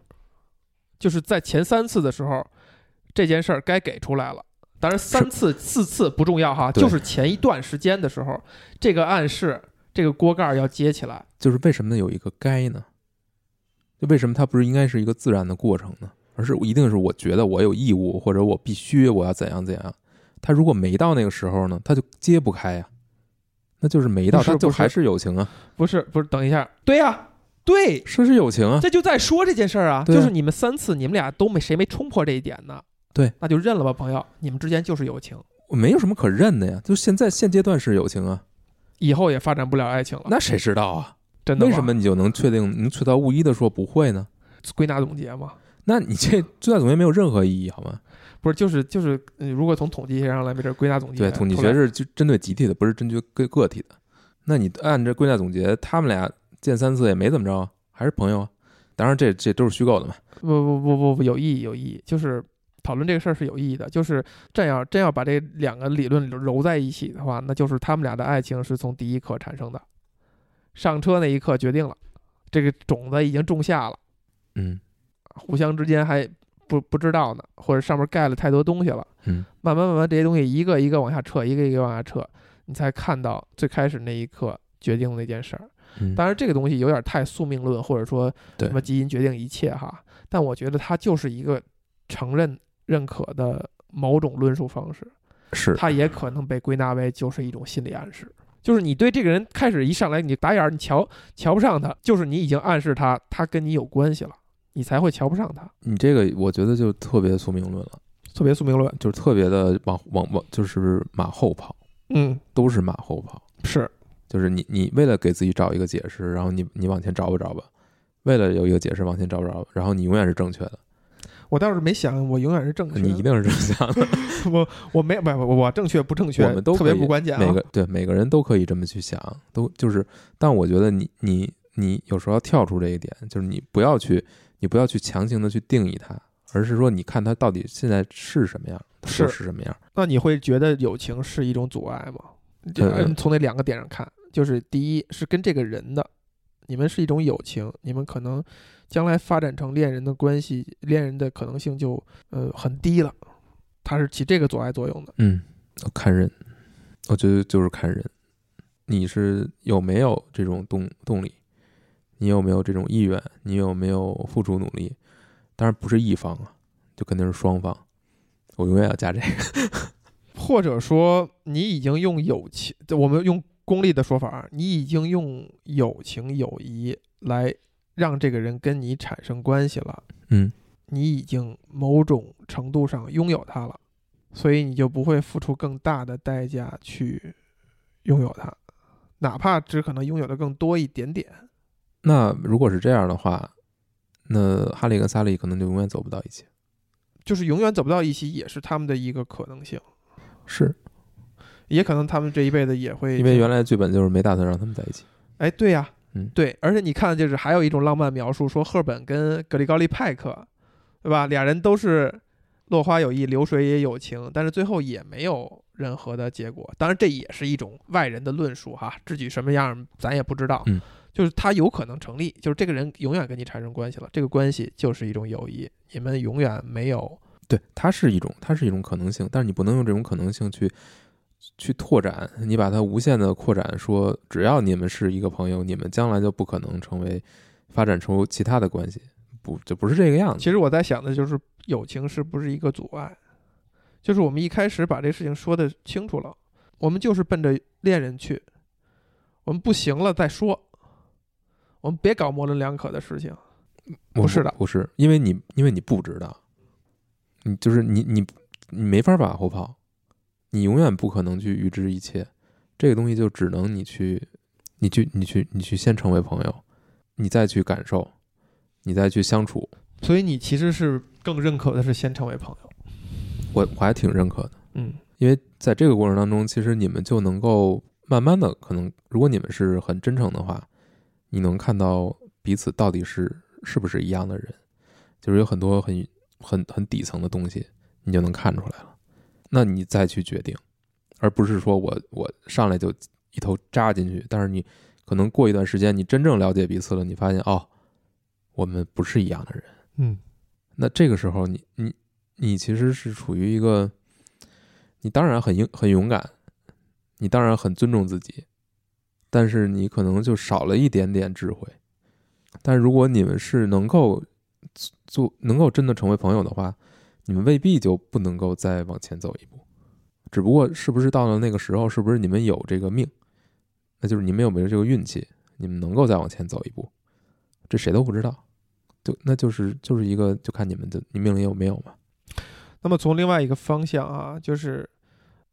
Speaker 1: 就是在前三次的时候，这件事儿该给出来了。当然，三次、四次不重要哈，
Speaker 2: 对
Speaker 1: 就是前一段时间的时候，这个暗示、这个锅盖儿要接起来。
Speaker 2: 就是为什么有一个该呢？就为什么它不是应该是一个自然的过程呢？而是一定是我觉得我有义务，或者我必须我要怎样怎样。他如果没到那个时候呢，他就揭不开呀、那就是没到，
Speaker 1: 不是
Speaker 2: 他就
Speaker 1: 不是
Speaker 2: 还是友情啊，
Speaker 1: 不是，不是，等一下，对呀、对，
Speaker 2: 是是友情啊，
Speaker 1: 这就在说这件事儿啊，
Speaker 2: 对啊
Speaker 1: 就是你们三次，你们俩都没谁没冲破这一点呢。
Speaker 2: 对，
Speaker 1: 那就认了吧，朋友，你们之间就是友情，
Speaker 2: 我没有什么可认的呀。就现在现阶段是友情啊，
Speaker 1: 以后也发展不了爱情了。
Speaker 2: 那谁知道啊？
Speaker 1: 真的
Speaker 2: 为
Speaker 1: 吗
Speaker 2: 什么你就能确定能确到无一的说不会呢？
Speaker 1: 归纳总结嘛？
Speaker 2: 那你这最大总结没有任何意义，好吗？
Speaker 1: 不是，就是就是，呃如果从统计学上来，没准归纳总结。
Speaker 2: 对，统计
Speaker 1: 后来
Speaker 2: 学是就针对集体的，不是针对个个体的。那你按这归纳总结，他们俩见三次也没怎么着啊，还是朋友啊。当然这，这都是虚构的嘛。
Speaker 1: 不不不不不有意义有意义，就是讨论这个事儿是有意义的。就是真要真要把这两个理论揉在一起的话，那就是他们俩的爱情是从第一课产生的，上车那一刻决定了，这个种子已经种下了，
Speaker 2: 嗯，
Speaker 1: 互相之间还不不知道呢，或者上面盖了太多东西了。
Speaker 2: 嗯，
Speaker 1: 慢慢慢慢这些东西一个一个往下撤，一个一个往下撤，你才看到最开始那一刻决定的那件事儿。
Speaker 2: 嗯
Speaker 1: 当然，这个东西有点太宿命论，或者说
Speaker 2: 对
Speaker 1: 什么基因决定一切哈。但我觉得它就是一个承认、认可的某种论述方式，
Speaker 2: 是
Speaker 1: 它也可能被归纳为就是一种心理暗示。就是你对这个人开始一上来你打眼儿，你瞧瞧不上他，就是你已经暗示他他跟你有关系了，你才会瞧不上他。
Speaker 2: 你这个，我觉得就特别宿命论了，
Speaker 1: 特别宿命论，
Speaker 2: 就是特别的往往往就是马后炮，
Speaker 1: 嗯，
Speaker 2: 都是马后炮。
Speaker 1: 是
Speaker 2: 就是你你为了给自己找一个解释，然后你你往前找吧找吧，为了有一个解释往前找吧找吧，然后你永远是正确的，
Speaker 1: 我倒是没想我永远是正啊确的，
Speaker 2: 你一定是正确的。
Speaker 1: 我我没不不我正确不正确，
Speaker 2: 我们都
Speaker 1: 特别
Speaker 2: 可以
Speaker 1: 不关键、啊，
Speaker 2: 每个对每个人都可以这么去想，都就是，但我觉得你你你有时候要跳出这一点，就是你不要去你不要去强行的去定义它，而是说你看它到底现在是什么样，它
Speaker 1: 是
Speaker 2: 就是什么样。
Speaker 1: 那你会觉得友情是一种阻碍吗？就
Speaker 2: 呃
Speaker 1: 嗯从那两个点上看，就是第一是跟这个人的，你们是一种友情，你们可能将来发展成恋人的关系，恋人的可能性就呃很低了，它是起这个阻碍作用的。
Speaker 2: 嗯，看人，我觉得就是看人，你是有没有这种动动力，你有没有这种意愿，你有没有付出努力？当然不是一方啊，就肯定是双方。我永远要加这个，
Speaker 1: 或者说你已经用友情，我们用功利的说法啊，你已经用友情、友谊来让这个人跟你产生关系了，
Speaker 2: 嗯，
Speaker 1: 你已经某种程度上拥有它了，所以你就不会付出更大的代价去拥有它，哪怕只可能拥有的更多一点点。
Speaker 2: 那如果是这样的话，那哈利跟萨利可能就永远走不到一起。
Speaker 1: 就是永远走不到一起，也是他们的一个可能性，
Speaker 2: 是
Speaker 1: 也可能他们这一辈子也会
Speaker 2: 因为原来剧本就是没打算让他们在一起。
Speaker 1: 哎，对呀、
Speaker 2: 嗯，
Speaker 1: 对，而且你看，就是还有一种浪漫描述，说赫本跟格里高利派克，对吧？俩人都是落花有意，流水也有情，但是最后也没有任何的结果。当然，这也是一种外人的论述哈，至于什么样咱也不知道。
Speaker 2: 嗯，
Speaker 1: 就是他有可能成立，就是这个人永远跟你产生关系了，这个关系就是一种友谊，你们永远没有。
Speaker 2: 对，它是一种，它是一种可能性，但是你不能用这种可能性去去拓展，你把它无限的扩展，说只要你们是一个朋友，你们将来就不可能成为发展出其他的关系，不就不是这个样子。
Speaker 1: 其实我在想的就是，友情是不是一个阻碍？就是我们一开始把这事情说的清楚了，我们就是奔着恋人去，我们不行了再说，我们别搞模棱两可的事情。
Speaker 2: 我
Speaker 1: 不是的
Speaker 2: 不是，因为你因为你不知道，你就是你你你没法把后炮，你永远不可能去预知一切，这个东西就只能你去，你去你去你去先成为朋友，你再去感受，你再去相处，
Speaker 1: 所以你其实是更认可的是先成为朋友，
Speaker 2: 我我还挺认可的。
Speaker 1: 嗯，
Speaker 2: 因为在这个过程当中，其实你们就能够慢慢的，可能如果你们是很真诚的话，你能看到彼此到底是是不是一样的人，就是有很多很很很底层的东西，你就能看出来了。那你再去决定，而不是说我我上来就一头扎进去，但是你可能过一段时间，你真正了解彼此了，你发现哦，我们不是一样的人。
Speaker 1: 嗯，
Speaker 2: 那这个时候你，你你其实是处于一个，你当然很勇很勇敢，你当然很尊重自己，但是你可能就少了一点点智慧。但如果你们是能够做做能够真的成为朋友的话，你们未必就不能够再往前走一步。只不过是不是到了那个时候，是不是你们有这个命，那就是你们有没有这个运气，你们能够再往前走一步，这谁都不知道。就那就是就是一个就看你们的你命里有没有嘛。
Speaker 1: 那么从另外一个方向啊，就是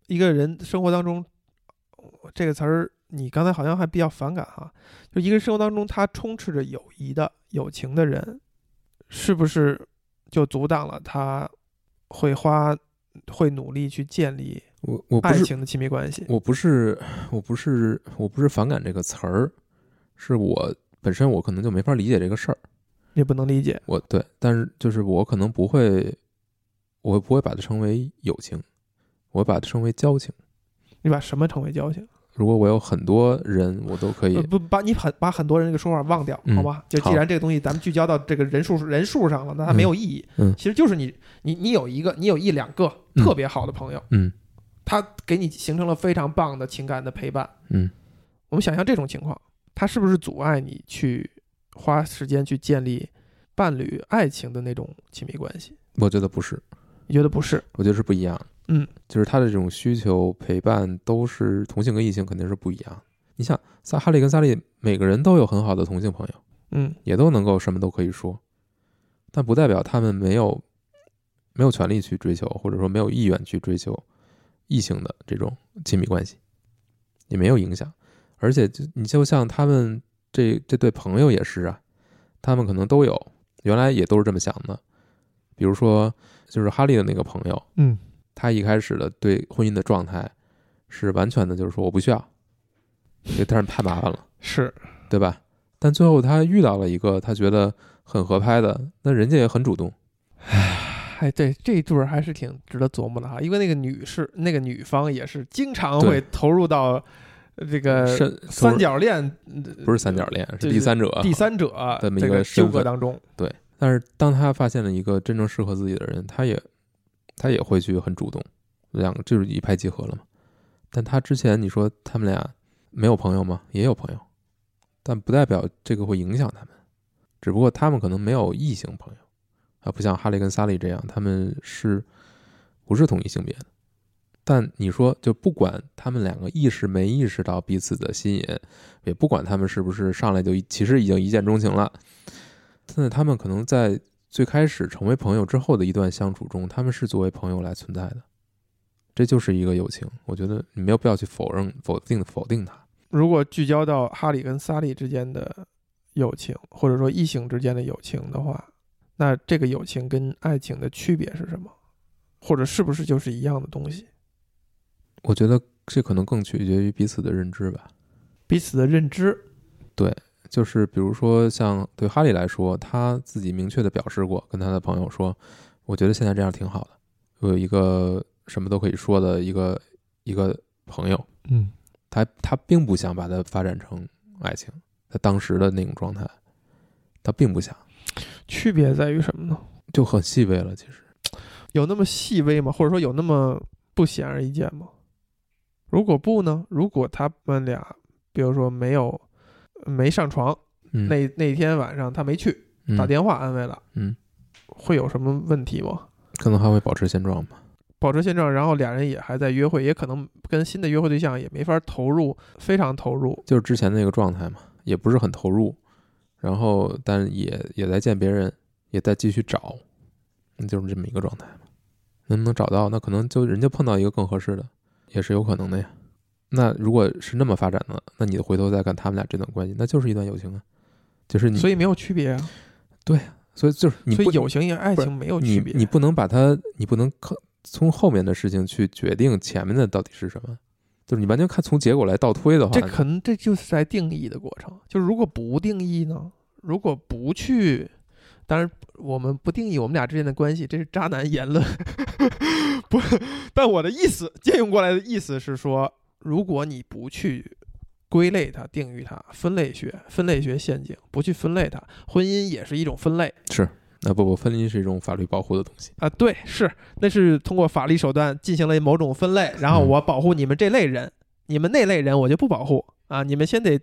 Speaker 1: 一个人生活当中，这个词儿你刚才好像还比较反感哈、就一个生活当中他充斥着友谊的、友情的人，是不是就阻挡了他会花、会努力去建立
Speaker 2: 我我不
Speaker 1: 爱
Speaker 2: 是
Speaker 1: 情的亲密关系？
Speaker 2: 我不是我不是我不是反感这个词儿，是我本身我可能就没法理解这个事儿。
Speaker 1: 你不能理解，
Speaker 2: 我对，但是就是我可能不会，我不会把它称为友情，我会把它称为交情。
Speaker 1: 你把什么成为交情？
Speaker 2: 如果我有很多人，我都可以
Speaker 1: 呃不把你很把很多人这个说法忘掉，
Speaker 2: 嗯
Speaker 1: 好吧？就既
Speaker 2: 好
Speaker 1: 然这个东西咱们聚焦到这个人数人数上了，那它没有意义。
Speaker 2: 嗯嗯
Speaker 1: 其实就是你你你有一个，你有一两个
Speaker 2: 嗯
Speaker 1: 特别好的朋友，
Speaker 2: 嗯
Speaker 1: 他给你形成了非常棒的情感的陪伴。
Speaker 2: 嗯，
Speaker 1: 我们想象这种情况，它是不是阻碍你去花时间去建立伴侣爱情的那种亲密关系？
Speaker 2: 我觉得不是，
Speaker 1: 你觉得不是？
Speaker 2: 我觉得是不一样。
Speaker 1: 嗯，
Speaker 2: 就是他的这种需求陪伴都是同性跟异性肯定是不一样。你想，萨哈利跟萨利每个人都有很好的同性朋友。
Speaker 1: 嗯，
Speaker 2: 也都能够什么都可以说，但不代表他们没有没有权利去追求，或者说没有意愿去追求异性的这种亲密关系，也没有影响。而且就你就像他们这这对朋友也是啊，他们可能都有原来也都是这么想的。比如说，就是哈利的那个朋友，
Speaker 1: 嗯，
Speaker 2: 他一开始的对婚姻的状态是完全的，就是说我不需要，这但是太麻烦了。
Speaker 1: 是
Speaker 2: 对吧？但最后他遇到了一个他觉得很合拍的，那人家也很主动。
Speaker 1: 哎，对这一对儿还是挺值得琢磨的哈，因为那个女士，那个女方也是经常
Speaker 2: 对
Speaker 1: 会投入到呃这个
Speaker 2: 深
Speaker 1: 三角恋
Speaker 2: 不是三角恋，是
Speaker 1: 对
Speaker 2: 第三者。
Speaker 1: 第三者
Speaker 2: 这么一
Speaker 1: 这
Speaker 2: 个
Speaker 1: 个
Speaker 2: 身
Speaker 1: 纠
Speaker 2: 份
Speaker 1: 葛当中。
Speaker 2: 但是当他发现了一个真正适合自己的人，他也他也会去很主动，两个就是一拍即合了嘛。但他之前你说他们俩没有朋友吗？也有朋友，但不代表这个会影响他们，只不过他们可能没有异性朋友啊，不像哈利跟萨利这样，他们是不是同一性别的？但你说，就不管他们两个意识没意识到彼此的吸引，也不管他们是不是上来就一其实已经一见钟情了，但是他们可能在最开始成为朋友之后的一段相处中，他们是作为朋友来存在的，这就是一个友情。我觉得你没有必要去否认、否定、否定它。
Speaker 1: 如果聚焦到哈利跟萨利之间的友情，或者说异性之间的友情的话，那这个友情跟爱情的区别是什么？或者是不是就是一样的东西？
Speaker 2: 我觉得这可能更取决于彼此的认知吧。
Speaker 1: 彼此的认知，
Speaker 2: 就是比如说像对哈利来说，他自己明确的表示过，跟他的朋友说，我觉得现在这样挺好的，我有一个什么都可以说的一个一个朋友，
Speaker 1: 嗯
Speaker 2: 他他并不想把它发展成爱情，他当时的那种状态，他并不想，
Speaker 1: 区别在于什么呢？
Speaker 2: 就很细微了。其实
Speaker 1: 有那么细微吗？或者说有那么不显而易见吗？如果不呢？如果他们俩，比如说没有没上床，
Speaker 2: 嗯
Speaker 1: 那那天晚上他没去，
Speaker 2: 嗯
Speaker 1: 打电话安慰了，
Speaker 2: 嗯，
Speaker 1: 会有什么问题吗？
Speaker 2: 可能还会保持现状吧。
Speaker 1: 保持现状，然后俩人也还在约会，也可能跟新的约会对象也没法投入，非常投入，
Speaker 2: 就是之前那个状态嘛，也不是很投入，然后但也也在见别人，也在继续找，嗯就是这么一个状态嘛。能不能找到？那可能就人家碰到一个更合适的，也是有可能的呀。那如果是那么发展的，那你回头再看他们俩这段关系，那就是一段友情啊。就是你，
Speaker 1: 所以没有区别啊。
Speaker 2: 所以就是你
Speaker 1: 所以
Speaker 2: 不
Speaker 1: 友情和爱
Speaker 2: 不是
Speaker 1: 情没有
Speaker 2: 你
Speaker 1: 区别。啊
Speaker 2: 你不能把它，你不能靠从后面的事情去决定前面的到底是什么，就是你完全看从结果来倒推的话，
Speaker 1: 这可能这就是在定义的过程。就是如果不定义呢？如果不去，当然我们不定义我们俩之间的关系，这是渣男言论。 不，但我的意思借用过来的意思是说，如果你不去归类它、定义它、分类学、分类学陷阱，不去分类它，婚姻也是一种分类
Speaker 2: 那不不，分离是一种法律保护的东西。
Speaker 1: 啊。对，是，那是通过法律手段进行了某种分类，然后
Speaker 2: 嗯
Speaker 1: 我保护你们这类人，你们那类人我就不保护啊，你们先得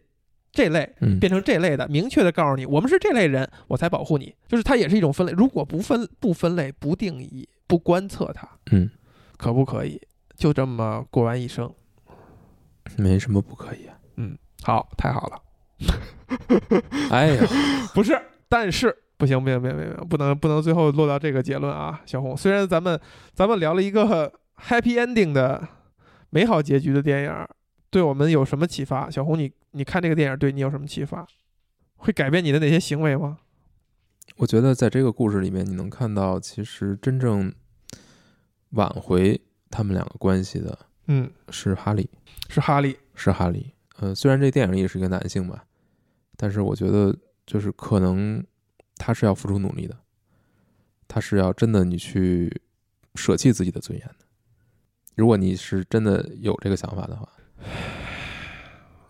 Speaker 1: 这类。
Speaker 2: 嗯，
Speaker 1: 变成这类的，明确的告诉你，我们是这类人，我才保护你。就是它也是一种分类，如果不分不分类、不定义、不观测它，
Speaker 2: 嗯，
Speaker 1: 可不可以就这么过完一生？
Speaker 2: 没什么不可以啊。
Speaker 1: 好，太好了，
Speaker 2: 哎呀，
Speaker 1: 不是，但是不行，不行，不行，不行，不能不能最后落到这个结论啊，小红。虽然咱们咱们聊了一个 happy ending 的美好结局的电影儿，对我们有什么启发？小红，你你看这个电影对你有什么启发？会改变你的哪些行为吗？
Speaker 2: 我觉得在这个故事里面，你能看到其实真正挽回他们两个关系的
Speaker 1: 嗯，
Speaker 2: 是哈利，
Speaker 1: 是哈利，
Speaker 2: 是哈利。呃，虽然这电影里是一个男性吧，但是我觉得就是可能他是要付出努力的，他是要真的你去舍弃自己的尊严的。如果你是真的有这个想法的话，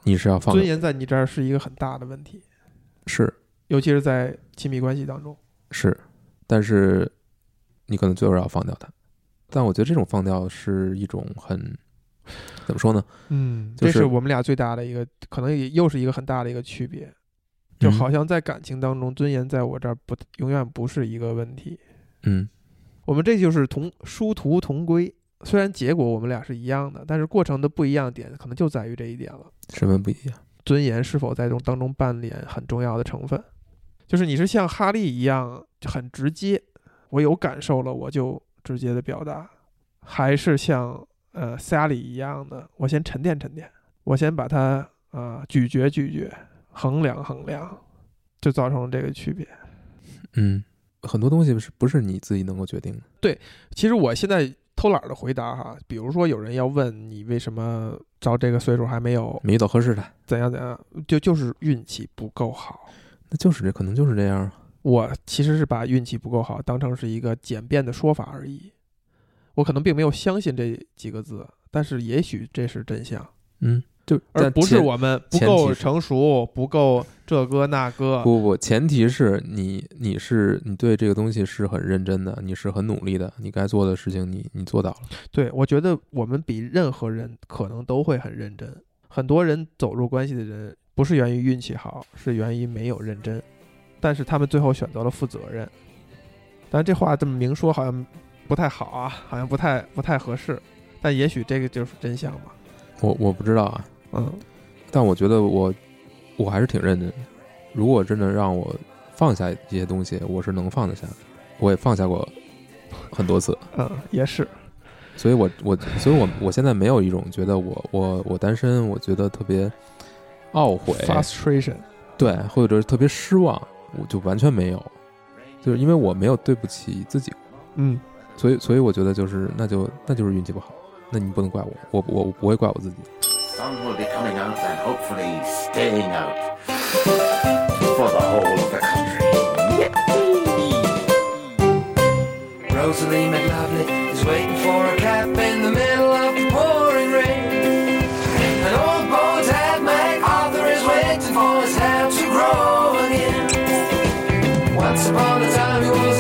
Speaker 2: 你是要放
Speaker 1: 尊严在你这儿是一个很大的问题。
Speaker 2: 是
Speaker 1: 尤其是在亲密关系当中。
Speaker 2: 是，但是你可能最后要放掉它。但我觉得这种放掉是一种很怎么说呢？
Speaker 1: 嗯，
Speaker 2: 就
Speaker 1: 这
Speaker 2: 是
Speaker 1: 是我们俩最大的一个，可能也又是一个很大的一个区别，
Speaker 2: 嗯
Speaker 1: 就好像在感情当中，尊严在我这儿不永远不是一个问题。
Speaker 2: 嗯，
Speaker 1: 我们这就是同殊途同归，虽然结果我们俩是一样的，但是过程的不一样点可能就在于这一点了。
Speaker 2: 身份不一样。
Speaker 1: 尊严是否在这种当中扮演很重要的成分，就是你是像哈利一样很直接，我有感受了我就直接的表达，还是像呃萨里一样的，我先沉淀沉淀，我先把它啊、咀嚼咀嚼，衡量衡量，就造成了这个区别。
Speaker 2: 嗯，很多东西是不是你自己能够决定的？
Speaker 1: 其实我现在偷懒的回答哈，比如说有人要问你为什么到这个岁数还没有
Speaker 2: 没遇到合适的，
Speaker 1: 怎样怎样，就就是运气不够好。
Speaker 2: 那就是这，可能就是这样啊。
Speaker 1: 我其实是把运气不够好当成是一个简便的说法而已。我可能并没有相信这几个字，但是也许这是真相，
Speaker 2: 嗯，就
Speaker 1: 而
Speaker 2: 但
Speaker 1: 不是
Speaker 2: 前
Speaker 1: 我们不
Speaker 2: 前提
Speaker 1: 够
Speaker 2: 是
Speaker 1: 成熟，不够这个那个。
Speaker 2: 不不，前提是你你是你对这个东西是很认真的，你是很努力的，你该做的事情你你做到了。
Speaker 1: 对，我觉得我们比任何人可能都会很认真。很多人走入关系的人，不是源于运气好，是源于没有认真，但是他们最后选择了负责任。但这话这么明说，好像不太好啊，好像不太不太合适。但也许这个就是真相嘛。
Speaker 2: 我我不知道啊，
Speaker 1: 嗯，
Speaker 2: 但我觉得我我还是挺认真的。如果真的让我放下一些东西，我是能放得下的。我也放下过很多次，
Speaker 1: 嗯，也是，
Speaker 2: 所以我我所以我我现在没有一种觉得我我我单身，我觉得特别懊悔，
Speaker 1: frustration，
Speaker 2: 对，或者是特别失望，我就完全没有，就是因为我没有对不起自己，
Speaker 1: 嗯，
Speaker 2: 所以所以我觉得就是那就那就是运气不好，那你不能怪我，我我我不会怪我自己。
Speaker 4: Some will be coming out and hopefully staying out.
Speaker 3: for the whole of the country. Rosalie McLovely is waiting for a cab in the middle of the pouring rain. An old bald head MacArthur is waiting for his hair to grow again. Once upon a time he was